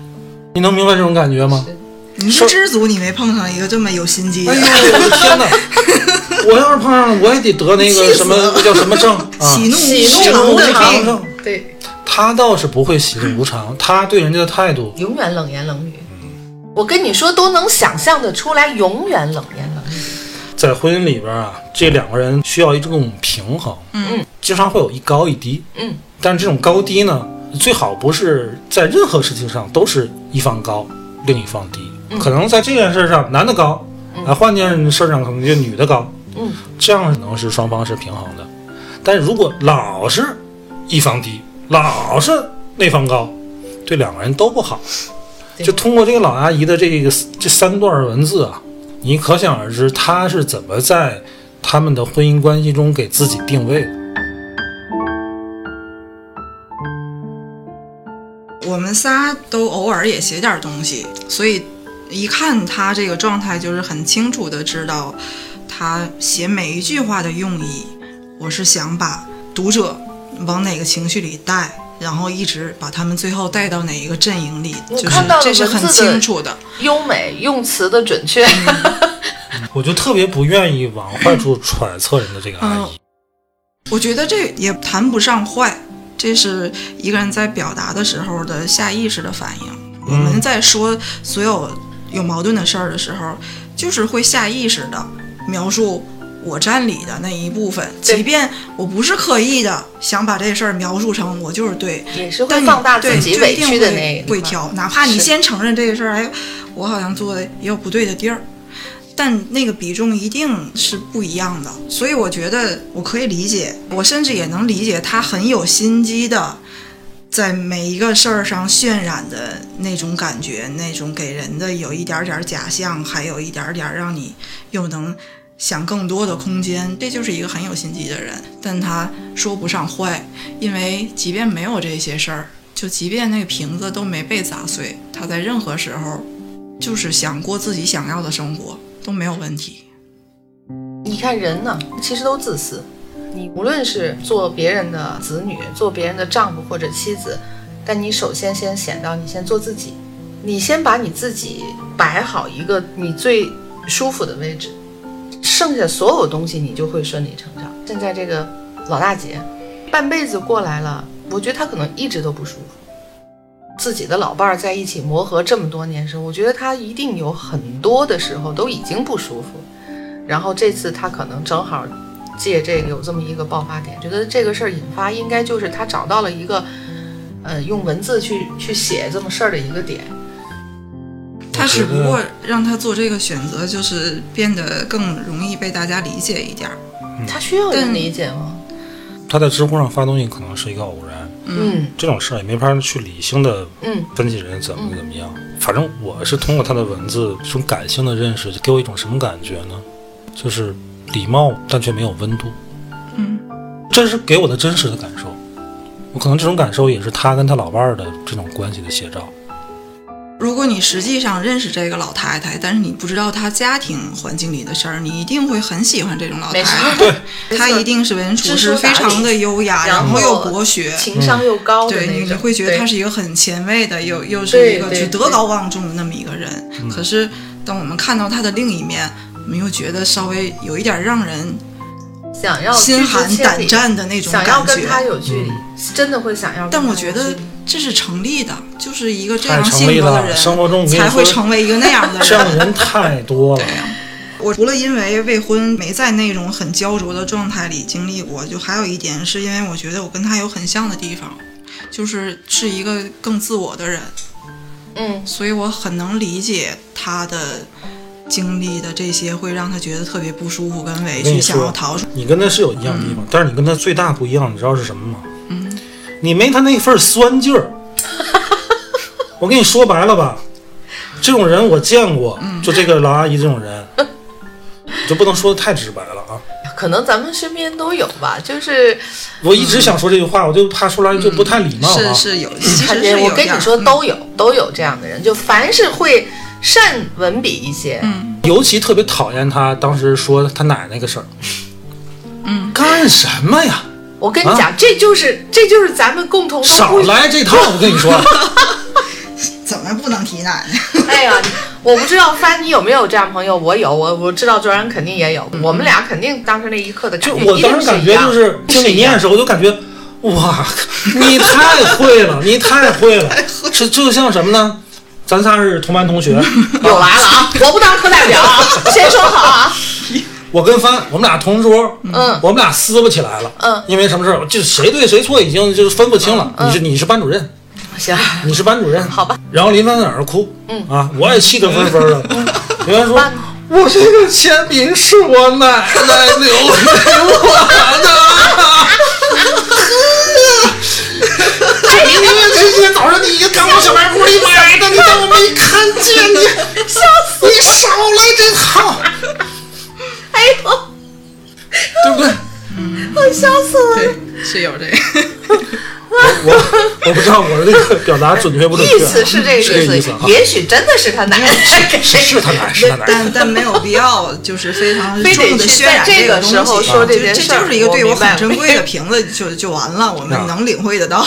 Speaker 3: 你能明白这种感觉吗？
Speaker 5: 你
Speaker 3: 是哎
Speaker 5: 是知足，你没碰上一个这么有心机的。
Speaker 3: 哎呦，我的天哪！我要是碰上了，我也得得那
Speaker 5: 气
Speaker 3: 个
Speaker 5: 死
Speaker 3: 什么
Speaker 5: 了
Speaker 3: 那叫什么症啊
Speaker 5: 喜？怒
Speaker 4: 喜
Speaker 5: 无
Speaker 4: 怒
Speaker 5: 常
Speaker 4: 无
Speaker 5: 的
Speaker 4: 常
Speaker 5: 病，
Speaker 3: 症
Speaker 4: 对，
Speaker 3: 他倒是不会喜怒无常，他对人家的态度，
Speaker 4: 永远冷言冷语。我跟你说，都能想象得出来，永远冷言冷语。
Speaker 3: 在婚姻里边啊，这两个人需要一种平衡，
Speaker 4: 嗯，
Speaker 3: 经常会有一高一低，
Speaker 4: 嗯，
Speaker 3: 但是这种高低呢，最好不是在任何事情上都是一方高，另一方低，
Speaker 4: 嗯
Speaker 3: 可能在这件事上男的高，啊，换件事上可能就女的高，
Speaker 4: 嗯，
Speaker 3: 这样可能是双方是平衡的，但如果老是一方低，老是那方高，对两个人都不好。
Speaker 4: 对
Speaker 3: 就通过这个老阿姨的这个这三段文字啊，你可想而知她是怎么在他们的婚姻关系中给自己定位的。
Speaker 5: 我们仨都偶尔也写点东西，所以一看他这个状态，就是很清楚的知道他写每一句话的用意。我是想把读者往哪个情绪里带，然后一直把他们最后带到哪一个阵营里，
Speaker 4: 我
Speaker 5: 就是
Speaker 4: 看到了
Speaker 5: 这是很
Speaker 4: 文字的
Speaker 5: 清楚的。
Speaker 4: 优美，用词的准确。
Speaker 5: 嗯
Speaker 3: 我就特别不愿意往坏处揣测人的这个阿姨。
Speaker 5: 我觉得这也谈不上坏，这是一个人在表达的时候的下意识的反应。
Speaker 4: 嗯
Speaker 5: 我们在说所有有矛盾的事儿的时候，就是会下意识的描述我占理的那一部分，
Speaker 4: 对
Speaker 5: 即便我不是刻意的想把这事儿描述成我就是对，
Speaker 4: 也是会
Speaker 5: 但你
Speaker 4: 放大自
Speaker 5: 对
Speaker 4: 己
Speaker 5: 就
Speaker 4: 委
Speaker 5: 一定
Speaker 4: 屈的
Speaker 5: 会
Speaker 4: 那一
Speaker 5: 会
Speaker 4: 块
Speaker 5: 挑，哪怕你
Speaker 4: 是
Speaker 5: 先承认这个事儿，哎，我好像做的也有不对的地儿，但那个比重一定是不一样的。所以我觉得我可以理解，我甚至也能理解他很有心机的，在每一个事儿上渲染的那种感觉，那种给人的有一点点儿假象，还有一点点儿让你又能。想更多的空间，这就是一个很有心机的人，但他说不上坏，因为即便没有这些事儿，就即便那个瓶子都没被砸碎，他在任何时候就是想过自己想要的生活都没有问题。
Speaker 4: 你看人呢，其实都自私。你无论是做别人的子女，做别人的丈夫或者妻子，但你首先先显到你先做自己，你先把你自己摆好一个你最舒服的位置，剩下所有东西你就会顺理成章。现在这个老大姐，半辈子过来了，我觉得她可能一直都不舒服。自己的老伴儿在一起磨合这么多年时候，我觉得她一定有很多的时候都已经不舒服。然后这次他可能正好借这个有这么一个爆发点，觉得这个事儿引发应该就是他找到了一个，呃，用文字去去写这么事儿的一个点。
Speaker 5: 他嗯只不过让他做这个选择，就是变得更容易被大家理解一点儿。
Speaker 4: 他需要人
Speaker 5: 但
Speaker 4: 理解吗？
Speaker 3: 她在知乎上发东西可能是一个偶然，
Speaker 4: 嗯
Speaker 3: 这种事儿也没法去理性的
Speaker 4: 嗯，
Speaker 3: 分析人怎么怎么样。反正我是通过她的文字，这种感性的认识，给我一种什么感觉呢？就是礼貌，但却没有温度。
Speaker 5: 嗯，
Speaker 3: 这是给我的真实的感受。我可能这种感受也是她跟她老伴儿的这种关系的写照。
Speaker 5: 如果你实际上认识这个老太太，但是你不知道她家庭环境里的事儿，你一定会很喜欢这种老
Speaker 4: 没
Speaker 5: 太
Speaker 4: 错
Speaker 5: 太。
Speaker 4: 没
Speaker 5: 她
Speaker 4: 错
Speaker 5: 一定是为人处
Speaker 4: 知
Speaker 5: 事
Speaker 4: 书
Speaker 5: 非
Speaker 4: 达
Speaker 5: 常
Speaker 4: 理
Speaker 5: 的优雅，
Speaker 4: 然
Speaker 5: 然后又
Speaker 4: 后
Speaker 5: 博学，
Speaker 4: 嗯情商又高
Speaker 5: 嗯
Speaker 4: 的
Speaker 5: 对，
Speaker 4: 那
Speaker 5: 你
Speaker 4: 种，
Speaker 5: 你会觉得
Speaker 4: 对
Speaker 5: 他是一个很前卫的，又又是
Speaker 4: 对
Speaker 5: 一个
Speaker 4: 对
Speaker 5: 就
Speaker 4: 对
Speaker 5: 德高望重的那么一个人。可是，当我们看到他的另一面，我们又觉得稍微有一点让人
Speaker 4: 想要
Speaker 5: 心
Speaker 4: 居住
Speaker 5: 寒
Speaker 4: 切
Speaker 5: 胆
Speaker 4: 里，
Speaker 5: 战的那种
Speaker 4: 想要
Speaker 5: 感
Speaker 4: 跟他
Speaker 5: 觉。嗯
Speaker 4: 有距离，真的会想要跟他有距离。
Speaker 5: 但我觉得这是成立的，就是一个这
Speaker 3: 太
Speaker 5: 样
Speaker 3: 成
Speaker 5: 性
Speaker 3: 立
Speaker 5: 格的
Speaker 3: 了，生活
Speaker 5: 人，
Speaker 3: 中我跟
Speaker 5: 才
Speaker 3: 你
Speaker 5: 会
Speaker 3: 说，
Speaker 5: 成为一个那样的
Speaker 3: 这样
Speaker 5: 人。
Speaker 3: 的人太多了。
Speaker 5: 我除了因为未婚没在那种很焦灼的状态里经历过，就还有一点是因为我觉得我跟他有很像的地方，就是是一个更自我的人。
Speaker 4: 嗯，
Speaker 5: 所以我很能理解他的经历的这些，会让他觉得特别不舒服跟委
Speaker 3: 我跟
Speaker 5: 屈，
Speaker 3: 你
Speaker 5: 想
Speaker 3: 说
Speaker 5: 要逃出。
Speaker 3: 你跟他是有一样的地方，但是你跟他最大不一样，你知道是什么吗？
Speaker 5: 嗯，
Speaker 3: 你没他那份酸劲 儿。我跟你说白了吧，这种人我见过，
Speaker 5: 嗯
Speaker 3: 就这个老阿姨这种人，就不能说的太直白了啊。
Speaker 4: 可能咱们身边都有吧，就是
Speaker 3: 我一直想说这句话，我就怕说来就不太礼貌啊
Speaker 5: 嗯是。是有，其
Speaker 4: 看
Speaker 5: 实
Speaker 4: 见
Speaker 5: 是有嗯
Speaker 4: 我跟
Speaker 5: 点
Speaker 4: 你
Speaker 5: 儿
Speaker 4: 说，都有都有这样的人，就凡是会善文笔一些，
Speaker 5: 嗯
Speaker 3: 尤其特别讨厌他当时说他奶奶个事儿，
Speaker 5: 嗯，
Speaker 3: 干什么呀？
Speaker 4: 我跟你讲，这就是这就是咱们共同的
Speaker 3: 啊少
Speaker 4: 不
Speaker 3: 来这套！我跟你说，
Speaker 5: 嗯怎么不能提奶奶？
Speaker 4: 哎呀，我不知道帆，你有没有这样朋友？我有，我我知道卓然肯定也有。我们俩肯定当时那一刻的感
Speaker 3: 嗯就
Speaker 4: 觉，
Speaker 3: 我当时感觉就是听你念的时候，我就感觉哇，你太会了，你太会了，这这就像什么呢？咱仨是同班同学，
Speaker 4: 有来了啊！我不当课代表 啊，先说好啊。
Speaker 3: 我跟帆，我们俩同桌，
Speaker 4: 嗯
Speaker 3: 我们俩撕不起来了，
Speaker 4: 嗯，
Speaker 3: 因为什么事儿，就谁对谁错已经就分不清了。
Speaker 4: 嗯
Speaker 3: 你是你是班主任，
Speaker 4: 行，
Speaker 3: 你是班主任，
Speaker 4: 好吧。
Speaker 3: 然后林帆在那儿哭，
Speaker 4: 嗯
Speaker 3: 啊，我也气得分分的。林帆说
Speaker 4: 班：“
Speaker 3: 我这个铅笔是我奶奶留给我 的。”这明明今天早上你已经赶我小卖部里买的，你当我没看见你？笑死！你少来这套，
Speaker 4: 哎呦，
Speaker 3: 对不对？
Speaker 4: 我笑死了。
Speaker 5: 对， 是有这个。
Speaker 3: 我我不知道我的这个表达准确不准确啊，
Speaker 4: 意思是这
Speaker 3: 是这
Speaker 4: 个
Speaker 3: 个
Speaker 4: 意
Speaker 3: 意
Speaker 4: 思
Speaker 3: 思啊，
Speaker 4: 也许真的是他奶奶给
Speaker 3: 是是他奶奶是他奶奶
Speaker 5: 但。但没有必要，就是非常
Speaker 4: 非得
Speaker 5: 重的
Speaker 4: 去
Speaker 5: 渲
Speaker 4: 在
Speaker 5: 染
Speaker 4: 这
Speaker 5: 个
Speaker 4: 个
Speaker 5: 东
Speaker 4: 时候
Speaker 5: 西
Speaker 4: 说
Speaker 5: 啊
Speaker 4: 这
Speaker 5: 就
Speaker 4: 件
Speaker 5: 这
Speaker 4: 事儿
Speaker 5: 就是一个
Speaker 4: 我
Speaker 5: 对我
Speaker 4: 明白
Speaker 5: 很珍 贵的评论，就就完了，我
Speaker 3: 啊
Speaker 5: 们能领会得到。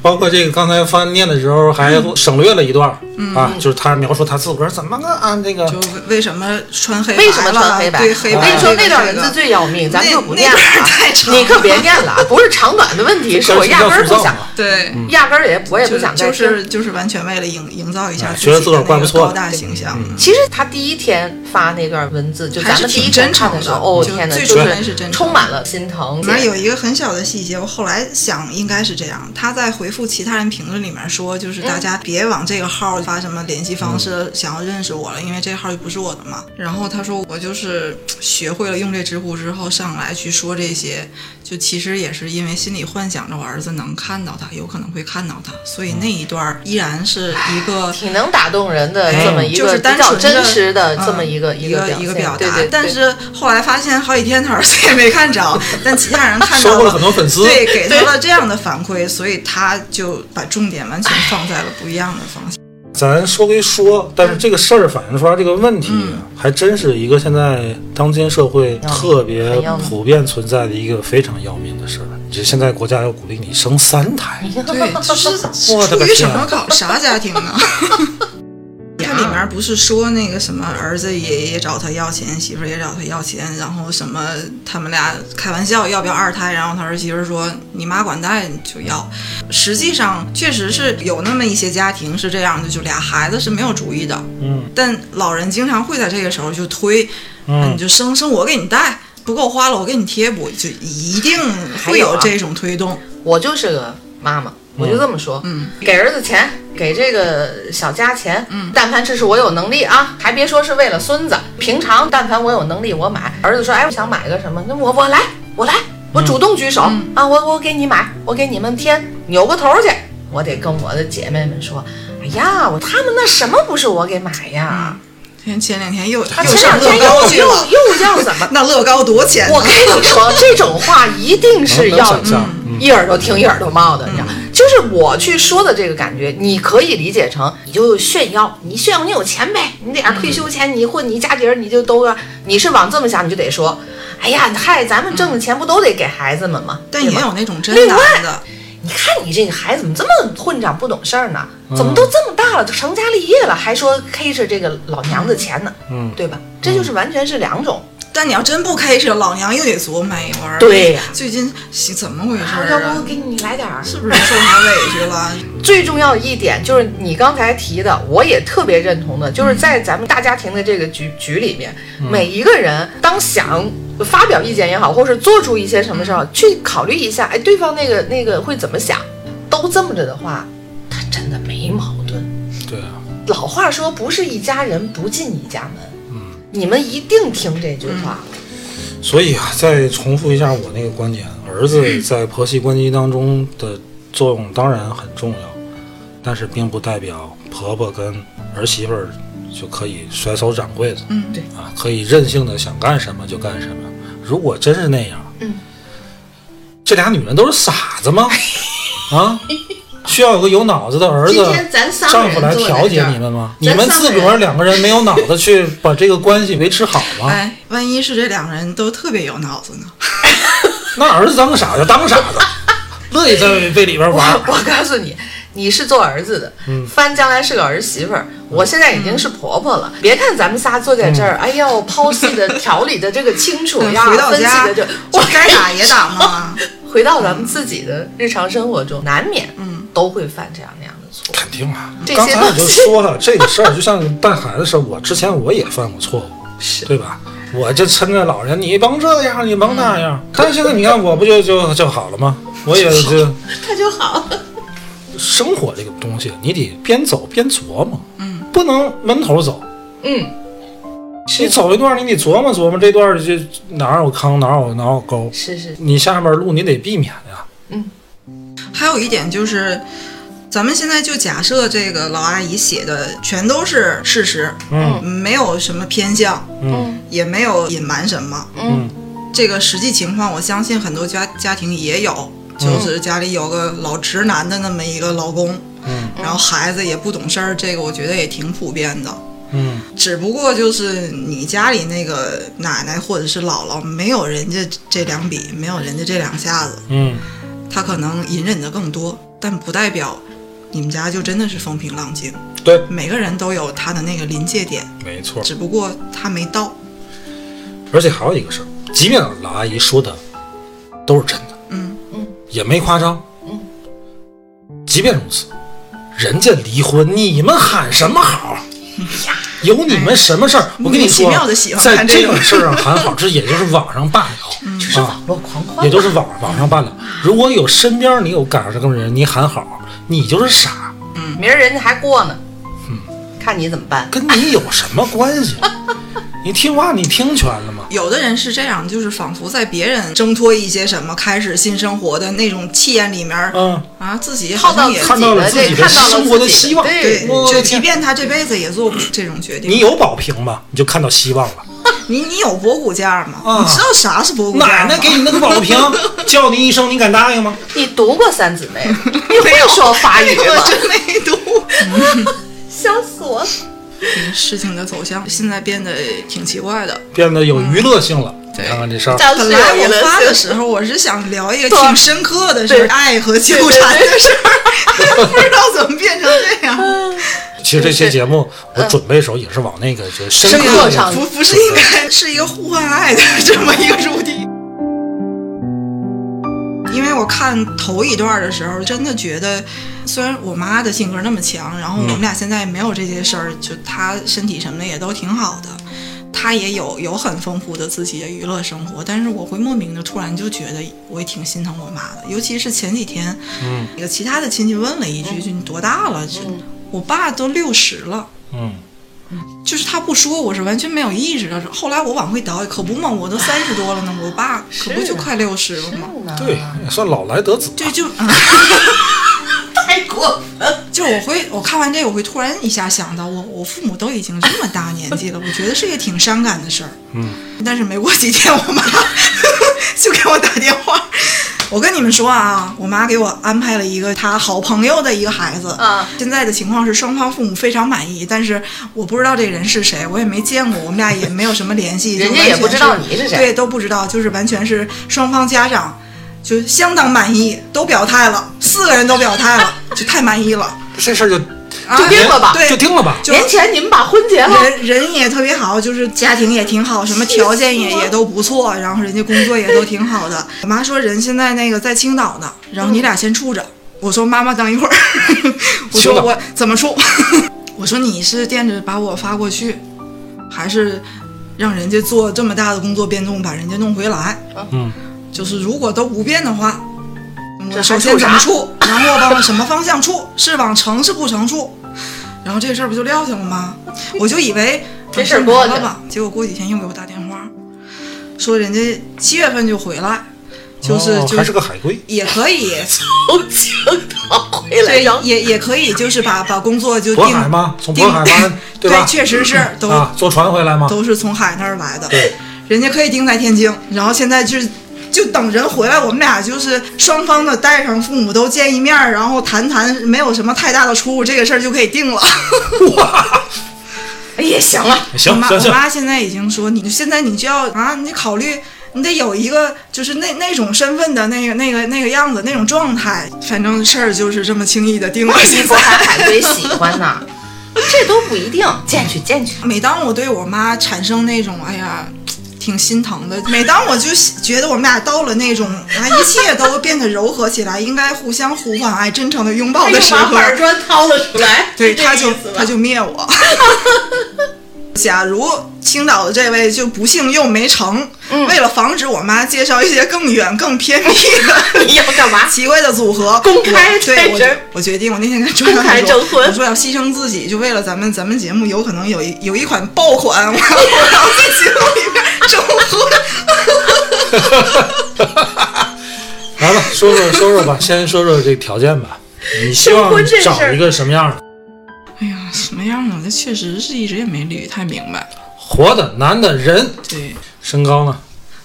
Speaker 3: 包括这个刚才翻念的时候还省略了一段儿、啊，就是他描述他自个儿怎么个按这个
Speaker 5: 嗯就为什么穿黑白
Speaker 4: 为什么穿
Speaker 5: 了
Speaker 4: 黑白？
Speaker 5: 对黑
Speaker 4: 我
Speaker 5: 白
Speaker 4: 跟你说
Speaker 5: 这个
Speaker 4: 那
Speaker 5: 这
Speaker 4: 段文
Speaker 5: 个
Speaker 4: 字最要命，咱们
Speaker 5: 那
Speaker 4: 就不念了
Speaker 5: 那段
Speaker 4: 啊
Speaker 5: 儿太。长了
Speaker 4: 你可别念了啊，不是长短的问题，是我压根儿不
Speaker 3: 啊
Speaker 4: 想，
Speaker 5: 对。
Speaker 4: 压嗯根儿也我也不想再
Speaker 5: 嗯就
Speaker 4: 听。
Speaker 5: 是就是完全为了营营造一下
Speaker 3: 哎
Speaker 5: 自
Speaker 3: 觉得
Speaker 5: 己
Speaker 3: 自个儿
Speaker 5: 的那
Speaker 3: 怪不
Speaker 5: 个
Speaker 3: 错
Speaker 5: 高
Speaker 3: 的嗯
Speaker 5: 大形象，
Speaker 4: 其实他第一天发那段文字，就
Speaker 5: 还
Speaker 4: 咱
Speaker 5: 是
Speaker 4: 们第一
Speaker 5: 挺
Speaker 4: 天
Speaker 5: 真
Speaker 4: 看
Speaker 5: 诚
Speaker 4: 的
Speaker 5: 的
Speaker 4: 时候，哦
Speaker 5: 就
Speaker 4: 天哪，
Speaker 5: 最
Speaker 4: 就
Speaker 5: 初开始真诚
Speaker 4: 充满了心疼。
Speaker 5: 里面有一个很小的细节，我后来想应该是这样。他在回复其他人评论里面说，就是
Speaker 4: 嗯
Speaker 5: 大家别往这个号发什么联系方
Speaker 3: 嗯
Speaker 5: 式，想要认识我了，因为这号就不是我的嘛。然后他说，我就是学会了用这知乎之后上来去说这些，就其实也是因为心里幻想着我儿子能看到他，有可能会看到他，所
Speaker 3: 嗯
Speaker 5: 以那一段儿依然是一个
Speaker 4: 挺能打动人的这么一
Speaker 5: 哎就
Speaker 4: 个
Speaker 5: 是
Speaker 4: 比
Speaker 5: 单
Speaker 4: 较
Speaker 5: 纯
Speaker 4: 真实的
Speaker 5: 的
Speaker 4: 这么一个
Speaker 5: 嗯一
Speaker 4: 个
Speaker 5: 一个
Speaker 4: 表
Speaker 5: 表
Speaker 4: 现
Speaker 5: 达，
Speaker 4: 对对。对
Speaker 5: 但是后来发现好几天他儿子也没看着，但其他人 看
Speaker 3: 收
Speaker 5: 到
Speaker 3: 获了很多粉丝
Speaker 5: 对，给他了这样的反馈，所以他就把重点完全
Speaker 3: 哎
Speaker 5: 放在了不一样的方向。
Speaker 3: 咱说归说，但是这个事儿反映出来这个问题，
Speaker 5: 嗯
Speaker 3: 还真是一个现在当今社会特别
Speaker 4: 很要命
Speaker 3: 普遍存在的一个非常要命的事儿。就现在国家要鼓励你生三胎，
Speaker 5: 对，就是
Speaker 3: 我的
Speaker 5: 出
Speaker 3: 个
Speaker 5: 于什
Speaker 3: 天啊
Speaker 5: 么搞啥家 庭呢？它里面不是说那个什么儿子也也找他要钱，媳妇儿也找他要钱，然后什么他们俩开玩笑要不要二胎，然后他儿媳妇儿说你妈管带你就要。实际上确实是有那么一些家庭是这样的，就俩孩子是没有主意的，
Speaker 3: 嗯，
Speaker 5: 但老人经常会在这个时候就推，
Speaker 3: 嗯
Speaker 5: 你就生生我给你带，不够花了我给你贴补，就一定
Speaker 4: 还
Speaker 5: 会
Speaker 4: 有
Speaker 5: 有
Speaker 4: 啊
Speaker 5: 这种推动，
Speaker 4: 我就是个妈妈，我就这么说，
Speaker 5: 嗯，
Speaker 4: 给儿子钱，给这个小家钱，嗯，但凡这是我有能力啊，还别说是为了孙子，平常但凡我有能力我买。儿子说，哎，我想买个什么，那我我来，我来，
Speaker 5: 嗯
Speaker 4: 我主动举手、啊，我我给你买，我给你们添，扭过头去，我得跟我的姐妹们说，哎呀，我他们那什么不是我给买呀？
Speaker 5: 前前两天又
Speaker 4: 他
Speaker 5: 嗯又
Speaker 4: 前
Speaker 5: 上
Speaker 4: 两
Speaker 5: 乐
Speaker 4: 天
Speaker 5: 高
Speaker 4: 又
Speaker 5: 去了。
Speaker 4: 又又要怎么？
Speaker 5: 那乐高多钱呢？
Speaker 4: 我跟你说，这种话一定是
Speaker 3: 能
Speaker 4: 要嗯
Speaker 3: 想象嗯
Speaker 4: 一耳朵听一耳朵冒的，你知道？就是我去说的这个感觉，你可以理解成你就炫耀，你炫耀你有钱呗，你得点啊退休钱，你混你家底儿，你就都要，啊你是往这么想，你就得说，哎呀，嗨，咱们挣的钱不都得给孩子们吗？
Speaker 5: 但
Speaker 4: 对
Speaker 5: 也
Speaker 4: 吧
Speaker 5: 有那种真
Speaker 4: 另
Speaker 5: 男的，
Speaker 4: 你看你这个孩子怎么这么混账，不懂事儿呢？
Speaker 3: 嗯
Speaker 4: 怎么都这么大了，都成家立业了，还说 K 着这个老娘子钱呢？
Speaker 3: 嗯
Speaker 4: 对吧？这就是完全是两种。
Speaker 5: 但你要真不开车，老娘又得琢磨一会儿。
Speaker 4: 对呀
Speaker 5: 最近是怎么回事
Speaker 4: 啊
Speaker 5: 儿
Speaker 4: 要不我
Speaker 5: 啊？
Speaker 4: 给你来点儿？
Speaker 5: 是不是受啥委屈
Speaker 4: 啊
Speaker 5: 了？
Speaker 4: 最重要的一点就是你刚才提的，我也特别认同的，就是在咱们大家庭的这个局局里面，每一个人当想发表意见也好，或是做出一些什么时候，去考虑一下，哎，对方那个那个会怎么想，都这么着的话，他真的没矛盾。
Speaker 3: 对啊，
Speaker 4: 老话说，不是一家人不进一家门。你们一定听这句话，
Speaker 3: 所以啊，再重复一下我那个观点，儿
Speaker 6: 嗯
Speaker 3: 子在婆媳关系当中的作用当然很重要，但是并不代表婆婆跟儿媳妇儿就可以甩手掌柜的。
Speaker 5: 嗯，
Speaker 4: 对
Speaker 3: 啊，可以任性的想干什么就干什么。如果真是那样，
Speaker 4: 嗯，
Speaker 3: 这俩女人都是傻子 吗？啊，需要有个有脑子的儿
Speaker 6: 今
Speaker 3: 子
Speaker 6: 天咱仨
Speaker 3: 丈
Speaker 6: 人
Speaker 3: 夫来
Speaker 6: 坐在
Speaker 3: 调节
Speaker 6: 这儿
Speaker 3: 你们吗？你
Speaker 6: 咱
Speaker 3: 们
Speaker 6: 仨
Speaker 3: 自个儿
Speaker 6: 人
Speaker 3: 两个人没有脑子去把这个关系维持好吗？
Speaker 5: 哎，万一是这两个人都特别有脑子呢？
Speaker 3: 那儿子当个傻子当个傻子，乐意在被里边玩儿。
Speaker 4: 我告诉你，你是做儿子的，
Speaker 5: 嗯
Speaker 4: 帆将来是个儿媳妇儿，我现在已经是婆婆
Speaker 5: 嗯
Speaker 4: 了。别看咱们仨坐在这儿，哎呦，剖析 的条理的这个清楚
Speaker 5: 嗯
Speaker 4: 呀，
Speaker 5: 回到
Speaker 4: 分析
Speaker 5: 家
Speaker 4: 的这，
Speaker 5: 我
Speaker 4: 我
Speaker 5: 该打也打 嘛。
Speaker 4: 回到咱们自己的日常生活中，难免嗯都会犯这样那样的错。
Speaker 3: 肯定啊
Speaker 4: 这，些
Speaker 3: 刚才我就
Speaker 4: 东西
Speaker 3: 说了，这个事儿就像带孩子的事儿，我之前我也犯过错误，
Speaker 4: 是
Speaker 3: 对吧？我就抻着老人，你甭这样，你甭那样。但是现在你看，我不就就就好了吗？我也就
Speaker 4: 他嗯就好，
Speaker 3: 生活这个东西，你得边走边琢磨，嗯，不能闷头走。
Speaker 4: 嗯，
Speaker 3: 你走一段，你得琢磨琢磨这段就哪有坑，哪有哪有沟，
Speaker 4: 是是，
Speaker 5: 嗯
Speaker 3: 你下面路你得避免呀。
Speaker 5: 还有一点就是，咱们现在就假设这个老阿姨写的全都是事实，
Speaker 3: 嗯
Speaker 5: 没有什么偏向，
Speaker 3: 嗯
Speaker 5: 也没有隐瞒什么。
Speaker 3: 嗯
Speaker 5: 这个实际情况，我相信很多家家庭也有，就是家里有个老直男的那么一个老公，
Speaker 3: 嗯
Speaker 5: 然后孩子也不懂事儿，这个我觉得也挺普遍的。
Speaker 3: 嗯
Speaker 5: 只不过就是你家里那个奶奶或者是姥姥，没有人家这两笔，没有人家这两下子，
Speaker 3: 嗯，
Speaker 5: 他可能隐忍的更多，但不代表你们家就真的是风平浪静。
Speaker 3: 对，
Speaker 5: 每个人都有他的那个临界点，
Speaker 3: 没错。
Speaker 5: 只不过他没到。
Speaker 3: 而且还有一个事儿，即便老阿姨说的都是真的，
Speaker 5: 嗯
Speaker 4: 嗯，
Speaker 3: 也没夸张，嗯，即便如此，人家离婚，你们喊什么好？有你们什么事儿？我跟你说啊
Speaker 5: 哎莫名其妙地喜，欢
Speaker 3: 在
Speaker 5: 看这嗯
Speaker 3: 这
Speaker 5: 种
Speaker 3: 种事儿上喊好，这也就是网上罢了，
Speaker 4: 就是
Speaker 3: 啊
Speaker 4: 网络狂欢，
Speaker 3: 也就是网网上罢了。如果有身边你有赶上这种人，你喊好，你就是傻，
Speaker 4: 明儿人家还过呢，
Speaker 5: 嗯
Speaker 4: 看你怎么办。
Speaker 3: 跟你有什么关系？你听话，你听全了吗？
Speaker 5: 有的人是这样，就是仿佛在别人挣脱一些什么，开始新生活的那种气焰里面儿，
Speaker 3: 嗯，
Speaker 5: 啊，自己
Speaker 4: 靠
Speaker 5: 好像
Speaker 4: 到自
Speaker 5: 也
Speaker 4: 己
Speaker 3: 看到了
Speaker 4: 的
Speaker 3: 自己的
Speaker 4: 这，看到了
Speaker 3: 生活的
Speaker 4: 自己
Speaker 3: 希望
Speaker 4: 对
Speaker 5: 对，
Speaker 3: 我
Speaker 5: 就
Speaker 3: 天
Speaker 5: 即便他这辈子也做不这种决定，
Speaker 3: 你有保平吧，你就看到希望了。
Speaker 5: 你你有博古价吗？
Speaker 3: 啊
Speaker 5: 你知道啥是博古价吗？
Speaker 3: 奶奶 给你那个保平，叫你一声，你敢答应吗？
Speaker 4: 你读过《三姊妹》 吗？你会说法语
Speaker 5: 我
Speaker 4: 吗？
Speaker 5: 真没读。
Speaker 4: 笑死我了！
Speaker 5: 事情的走向现在变得挺奇怪的。
Speaker 3: 变得
Speaker 4: 嗯
Speaker 3: 有娱乐性了。你
Speaker 5: 对
Speaker 3: 看看这事儿，
Speaker 4: 当
Speaker 5: 本
Speaker 4: 时
Speaker 5: 来
Speaker 4: 有
Speaker 5: 我
Speaker 4: 人
Speaker 5: 发的
Speaker 4: 就
Speaker 5: 时候，我是想聊一个
Speaker 4: 对
Speaker 5: 挺深刻的事儿，
Speaker 4: 对
Speaker 5: 爱和纠缠的事儿， 不知道怎么变成这样。
Speaker 3: 其实这期节目我准备的时候也是往那个就深
Speaker 4: 嗯深
Speaker 3: 刻
Speaker 4: 刻上
Speaker 5: 不不是应该是一个互换爱的这么一个主题。因为我看头一段的时候，真的觉得，虽然我妈的性格那么强，然后我
Speaker 3: 嗯
Speaker 5: 们俩现在也没有这些事儿，就她身体什么的也都挺好的，她也有有很丰富的自己的娱乐生活，但是我会莫名的突然就觉得我也挺心疼我妈的，尤其是前几天，
Speaker 3: 嗯，
Speaker 5: 有其他的亲戚问了一句，就你多大了？就我爸都六十了。
Speaker 3: 嗯，
Speaker 5: 就是他不说，我是完全没有意识的。后来我往回倒，可不嘛，我都三十多了呢，我爸可不
Speaker 4: 是
Speaker 5: 就快六十了吗？
Speaker 4: 呢
Speaker 3: 对，也算老来得子。
Speaker 5: 对，就、嗯、
Speaker 4: 太过分了。
Speaker 5: 就我会，我看完这个，我会突然一下想到我，我父母都已经这么大年纪了，我觉得是一个挺伤感的事儿。
Speaker 3: 嗯，
Speaker 5: 但是没过几天，我妈 就给我打电话。我跟你们说啊，我妈给我安排了一个她好朋友的一个孩子。
Speaker 4: 啊
Speaker 5: 现在的情况是双方父母非常满意，但是我不知道这个人是谁，我也没见过，我们俩也没有什么联系，
Speaker 4: 人
Speaker 5: 就
Speaker 4: 家
Speaker 5: 完
Speaker 4: 也
Speaker 5: 全
Speaker 4: 不知道你是谁
Speaker 5: 对，都不知道，就是完全是双方家长就相当满意，都表态了，四个人都表态了，就太满意了。
Speaker 3: 这事儿就
Speaker 5: 啊
Speaker 4: 就定了吧
Speaker 5: 对，
Speaker 3: 就定了吧。
Speaker 5: 就
Speaker 4: 年前你们把婚结了，
Speaker 5: 人人也特别好，就是家庭也挺好，什么条件也也都不错，然后人家工作也都挺好的。我妈说人现在那个在青岛呢，然后你俩先处着。我说妈妈等一会儿， 我
Speaker 3: 青
Speaker 5: 说
Speaker 3: 岛
Speaker 5: 我怎么处？ 我说你是惦着把我发过去，还是让人家做这么大的工作变动把人家弄回来？
Speaker 3: 嗯，
Speaker 5: 就是如果都不变的话，
Speaker 4: 这
Speaker 5: 我
Speaker 4: 还
Speaker 5: 首先
Speaker 4: 处
Speaker 5: 怎
Speaker 4: 啥
Speaker 5: 么处，然后往什么方向处，是往成是不成处，然后这事儿不就撂下了吗？我就以为
Speaker 4: 这事儿
Speaker 5: 啊
Speaker 4: 过去
Speaker 5: 了吧，结果过几天又给我打电话，说人家七月份就回来，就是、
Speaker 3: 哦
Speaker 5: 就
Speaker 3: 还是个海归。
Speaker 5: 也可 以，
Speaker 4: 从青岛回来，
Speaker 5: 对
Speaker 4: 然，后
Speaker 5: 也也可以，就是把把工作就
Speaker 3: 渤
Speaker 5: 定
Speaker 3: 海吗？从
Speaker 5: 定
Speaker 3: 渤海 湾
Speaker 5: 对
Speaker 3: 吧？
Speaker 5: 确实是都、
Speaker 3: 啊，坐船回来吗？
Speaker 5: 都是从海那儿来的。
Speaker 3: 对，
Speaker 5: 人家可以定在天津，然后现在就是就等人回来，我们俩就是双方的带上父母都见一面儿，然后谈谈，没有什么太大的出入，这个事儿就可以 定了。
Speaker 4: 也行啊。
Speaker 3: 行
Speaker 5: 我妈
Speaker 3: 行
Speaker 5: 我
Speaker 3: 行，
Speaker 5: 妈现在已经说，你现在你就要啊，你考虑你得有一个就是那那种身份的那个那个那个样子那种状态，反正事儿就是这么轻易的定了
Speaker 4: 西
Speaker 5: 现
Speaker 4: 伯
Speaker 5: 在。
Speaker 4: 还海归喜欢呢， 这都不一定，见去见去。
Speaker 5: 每当我对我妈产生那种哎呀。挺心疼的。每当我就觉得我们俩到了那种啊，一切都变得柔和起来，应该互相呼唤、哎，真诚的拥抱的时
Speaker 4: 他又
Speaker 5: 候
Speaker 4: 把，板砖掏了出来，
Speaker 5: 对，
Speaker 4: 是这
Speaker 5: 他就
Speaker 4: 意思吧
Speaker 5: 他就灭我。 假如青岛的这位就不幸又没成，
Speaker 4: 嗯
Speaker 5: 为了防止我妈介绍一些更远、更偏僻的
Speaker 4: 你要干 嘛？
Speaker 5: 奇怪的组合，
Speaker 4: 公开
Speaker 5: 我对我
Speaker 4: 在这
Speaker 5: 就
Speaker 4: 儿
Speaker 5: 我决定，我那天跟周小
Speaker 4: 公开
Speaker 5: 海说
Speaker 4: 征，婚
Speaker 5: 我说要牺牲自己，就为了咱们咱们节目有可能有一有一款爆款，我要我要在节目里面征婚。
Speaker 3: 来吧，说说说说吧，先说说这条件吧。你希望
Speaker 4: 征婚这事儿
Speaker 3: 找一个什么样的？
Speaker 5: 哎呀，什么样啊？这确实是一直也没捋太明白。
Speaker 3: 活的男的人，
Speaker 5: 对，
Speaker 3: 身高呢？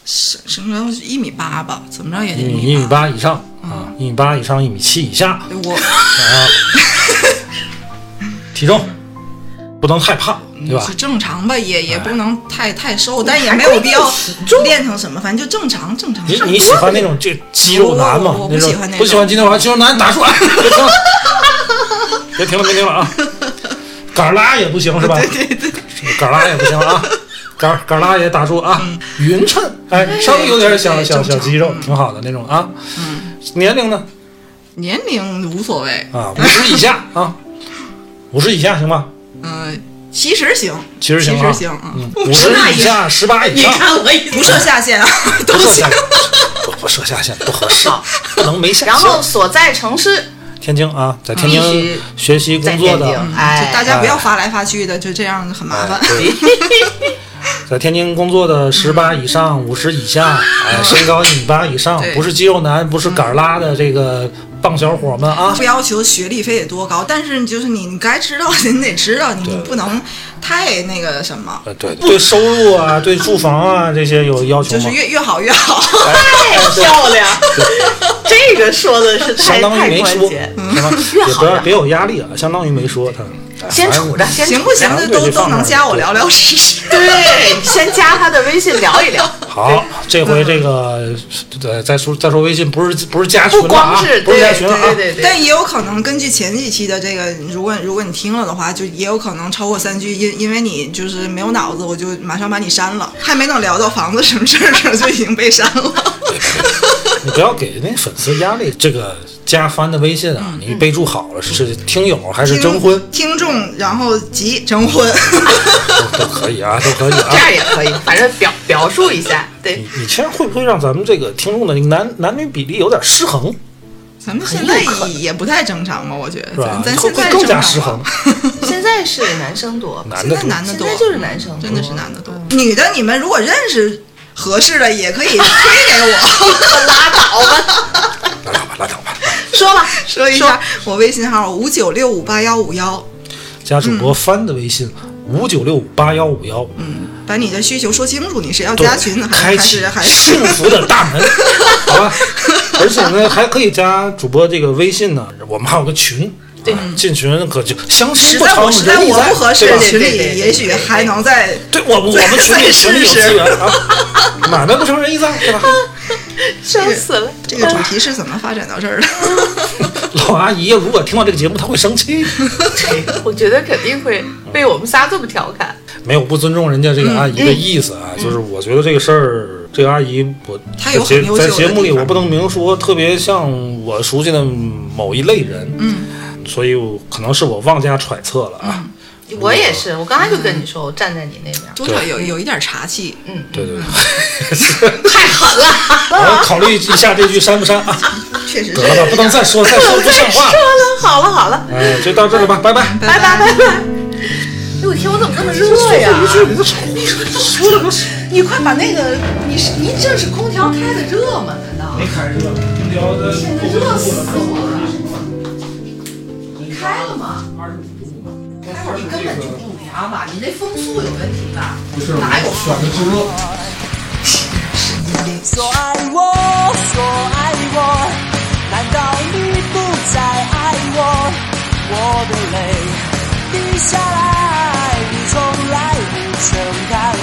Speaker 5: 身身高一米八嗯吧，怎么着也得
Speaker 3: 一米
Speaker 5: 一
Speaker 3: 一米。八以上啊，一米八以上，嗯一米七以下啊。
Speaker 5: 对我
Speaker 3: 体重不能太胖，对吧
Speaker 5: 嗯是？正常吧，也也
Speaker 3: 哎
Speaker 5: 不能太太瘦，但也没有必要练成什么，反正就正常正常。
Speaker 3: 你你喜欢那种就肌肉男吗
Speaker 5: 我？我我不
Speaker 3: 那种
Speaker 5: 喜欢那种
Speaker 3: 不喜欢肌肉男，肌肉男打出来， 别听了，别听了，别听了啊！杆儿拉也不行是吧？对对对，杆儿拉也不行了啊！杆儿杆儿拉也打住啊！匀称，哎，稍微有点小
Speaker 5: 对
Speaker 3: 小
Speaker 5: 嗯正常嗯
Speaker 3: 小肌肉，挺好的那种啊。年龄呢？
Speaker 5: 年龄无所谓，
Speaker 3: 啊，五十以下啊，五十以下行吗？
Speaker 5: 嗯，其实行，
Speaker 3: 其实行啊，
Speaker 5: 其实行啊
Speaker 3: 嗯，五十以下，十八以
Speaker 4: 你
Speaker 3: 上，
Speaker 4: 看我一
Speaker 5: 不设下限 啊，
Speaker 3: 不
Speaker 5: 都
Speaker 3: 设
Speaker 5: 行
Speaker 3: 下。限，不不设下限不合适，不能没下限。
Speaker 4: 然后所在城市
Speaker 3: 天津啊，在天津
Speaker 4: 必须
Speaker 3: 学习
Speaker 4: 在
Speaker 3: 工作
Speaker 4: 天
Speaker 3: 的哎
Speaker 4: 津，，哎，
Speaker 5: 就大家不要发来发去的，就这样很麻烦。
Speaker 4: 嗯
Speaker 3: 在天津工作的十八以上、五十以下，哎，身高一米八以上，
Speaker 5: 对
Speaker 3: 不是肌肉男，不是杆儿拉的这个棒小伙们啊
Speaker 5: 不，要求学历非得多高，但是就是你你该知道的你得知道，你
Speaker 3: 对
Speaker 5: 你不能太那个什么，
Speaker 3: 呃对，对收入啊，对住房啊这些有要求
Speaker 5: 就
Speaker 3: 吗
Speaker 5: 是？越越好 越好。
Speaker 4: 太漂亮， 这个说的是
Speaker 3: 相
Speaker 4: 太
Speaker 3: 当于
Speaker 4: 太
Speaker 3: 没
Speaker 4: 关
Speaker 3: 说，
Speaker 4: 键。嗯
Speaker 3: 行吧 也不要别有压力啊，相当于没说他。哎
Speaker 4: 先处着，，先
Speaker 5: 行
Speaker 4: 处
Speaker 5: 不行？
Speaker 3: 对
Speaker 5: 这都
Speaker 3: 这
Speaker 5: 都
Speaker 3: 方面
Speaker 5: 能加我聊聊试试。
Speaker 4: 对，先加他的微信聊一聊，
Speaker 3: 好，这回这个对，再说再说微信，不是不是加群
Speaker 4: 不
Speaker 3: 了啊
Speaker 4: 光是，
Speaker 3: 不是
Speaker 4: 对
Speaker 3: 加群了啊
Speaker 4: 对，对对，
Speaker 5: 但也有可能根据前几期的这个，如果如果你听了的话，就也有可能超过三句，因因为你就是没有脑子，我就马上把你删了。还没等聊到房子什么事儿的时候，就已经被删了。
Speaker 3: 你不要给那粉丝压力。这个加翻的微信啊，你备注好了是听友还是征婚
Speaker 5: 听听众，然后急征婚，
Speaker 3: 都都可以啊，都可以
Speaker 4: 这
Speaker 3: 啊。
Speaker 4: 样也可以，反正表表述一下，对
Speaker 3: 你，你这样会不会让咱们这个听众的男男女比例有点失衡，
Speaker 5: 咱们现在也不太正常吧？我觉得
Speaker 3: 是吧
Speaker 5: 咱，？咱
Speaker 3: 会
Speaker 5: 现
Speaker 3: 会
Speaker 5: 在
Speaker 3: 更
Speaker 5: 正
Speaker 3: 加
Speaker 5: 常
Speaker 3: 失
Speaker 5: 吗
Speaker 3: 衡，
Speaker 5: 嗯
Speaker 4: 现在是男生多，
Speaker 3: 男
Speaker 5: 现
Speaker 3: 的
Speaker 5: 在
Speaker 3: 多
Speaker 5: 男的
Speaker 4: 现
Speaker 5: 多，
Speaker 4: 在就是男生多，
Speaker 5: 真的是男的多，女的你们如果认识合适的，也可以推给 我。
Speaker 4: 拉倒吧，
Speaker 3: 拉倒吧，拉倒吧。
Speaker 4: 说吧，
Speaker 5: 说一下我微信号五九六五八幺五幺，
Speaker 3: 加主播翻的微信五九六五八幺五幺，
Speaker 5: 嗯把你的需求说清楚，你是要
Speaker 3: 对
Speaker 5: 加群还
Speaker 3: 开
Speaker 5: 还
Speaker 3: 启
Speaker 5: 是还是
Speaker 3: 幸福的 大门，好吧？而且呢，还可以加主播这个微信呢，我们还有个群。对，进群可就相
Speaker 5: 实
Speaker 3: 亲不
Speaker 5: 在
Speaker 3: 长
Speaker 5: 我，实在
Speaker 3: 人亦
Speaker 5: 我
Speaker 3: 在
Speaker 5: 不合适
Speaker 3: 对吧，
Speaker 5: 群
Speaker 4: 对
Speaker 5: 里
Speaker 4: 对对
Speaker 5: 也许还能再
Speaker 3: 对我们我们群里
Speaker 5: 再
Speaker 3: 群里有
Speaker 5: 试试
Speaker 3: 资源啊，买卖不成仁义在，对吧？
Speaker 4: 笑死了，
Speaker 5: 这个主题是怎么发展到这儿的？
Speaker 3: 老阿姨如果听到这个节目，她会生气。
Speaker 4: 我觉得肯定会被我们仨这么调侃，
Speaker 3: 没有不尊重人家
Speaker 5: 嗯
Speaker 3: 这个阿姨的意思啊，就是我觉得这个事儿，这个阿姨我
Speaker 5: 她有很
Speaker 3: 节
Speaker 5: 优秀
Speaker 3: 在
Speaker 5: 的
Speaker 3: 节目里
Speaker 5: 地方
Speaker 3: 我不能明说，特别像我熟悉的某一类人，嗯，所以我可能是我妄加揣测了啊。
Speaker 5: 嗯
Speaker 4: 我也是，我刚才就跟你说，我站在你那边，
Speaker 5: 多少有有一点茶气，嗯
Speaker 3: 对对对，
Speaker 4: 太狠了。
Speaker 3: 我考虑一下这句删不删啊？
Speaker 5: 确实
Speaker 3: 得
Speaker 5: 是。
Speaker 3: 了吧，不能再说，再说不像话。
Speaker 4: 好了好了，
Speaker 3: 哎，就到这儿吧，拜拜。
Speaker 5: 拜拜。
Speaker 4: 哎我天，我怎么那么热呀？你快把那个，你是您这是空调开的热吗？难道？
Speaker 3: 没开热，空调的
Speaker 4: 现在热死我
Speaker 3: 了，
Speaker 4: 开了吗？
Speaker 3: 二十五度嘛，
Speaker 4: 了，开会儿你根本就不凉吧？你这风速有问题吧？
Speaker 3: 不是哪有选的制热。
Speaker 6: 说爱我，说爱我，难道你不再爱我？我的泪滴下来，你从来不曾看我。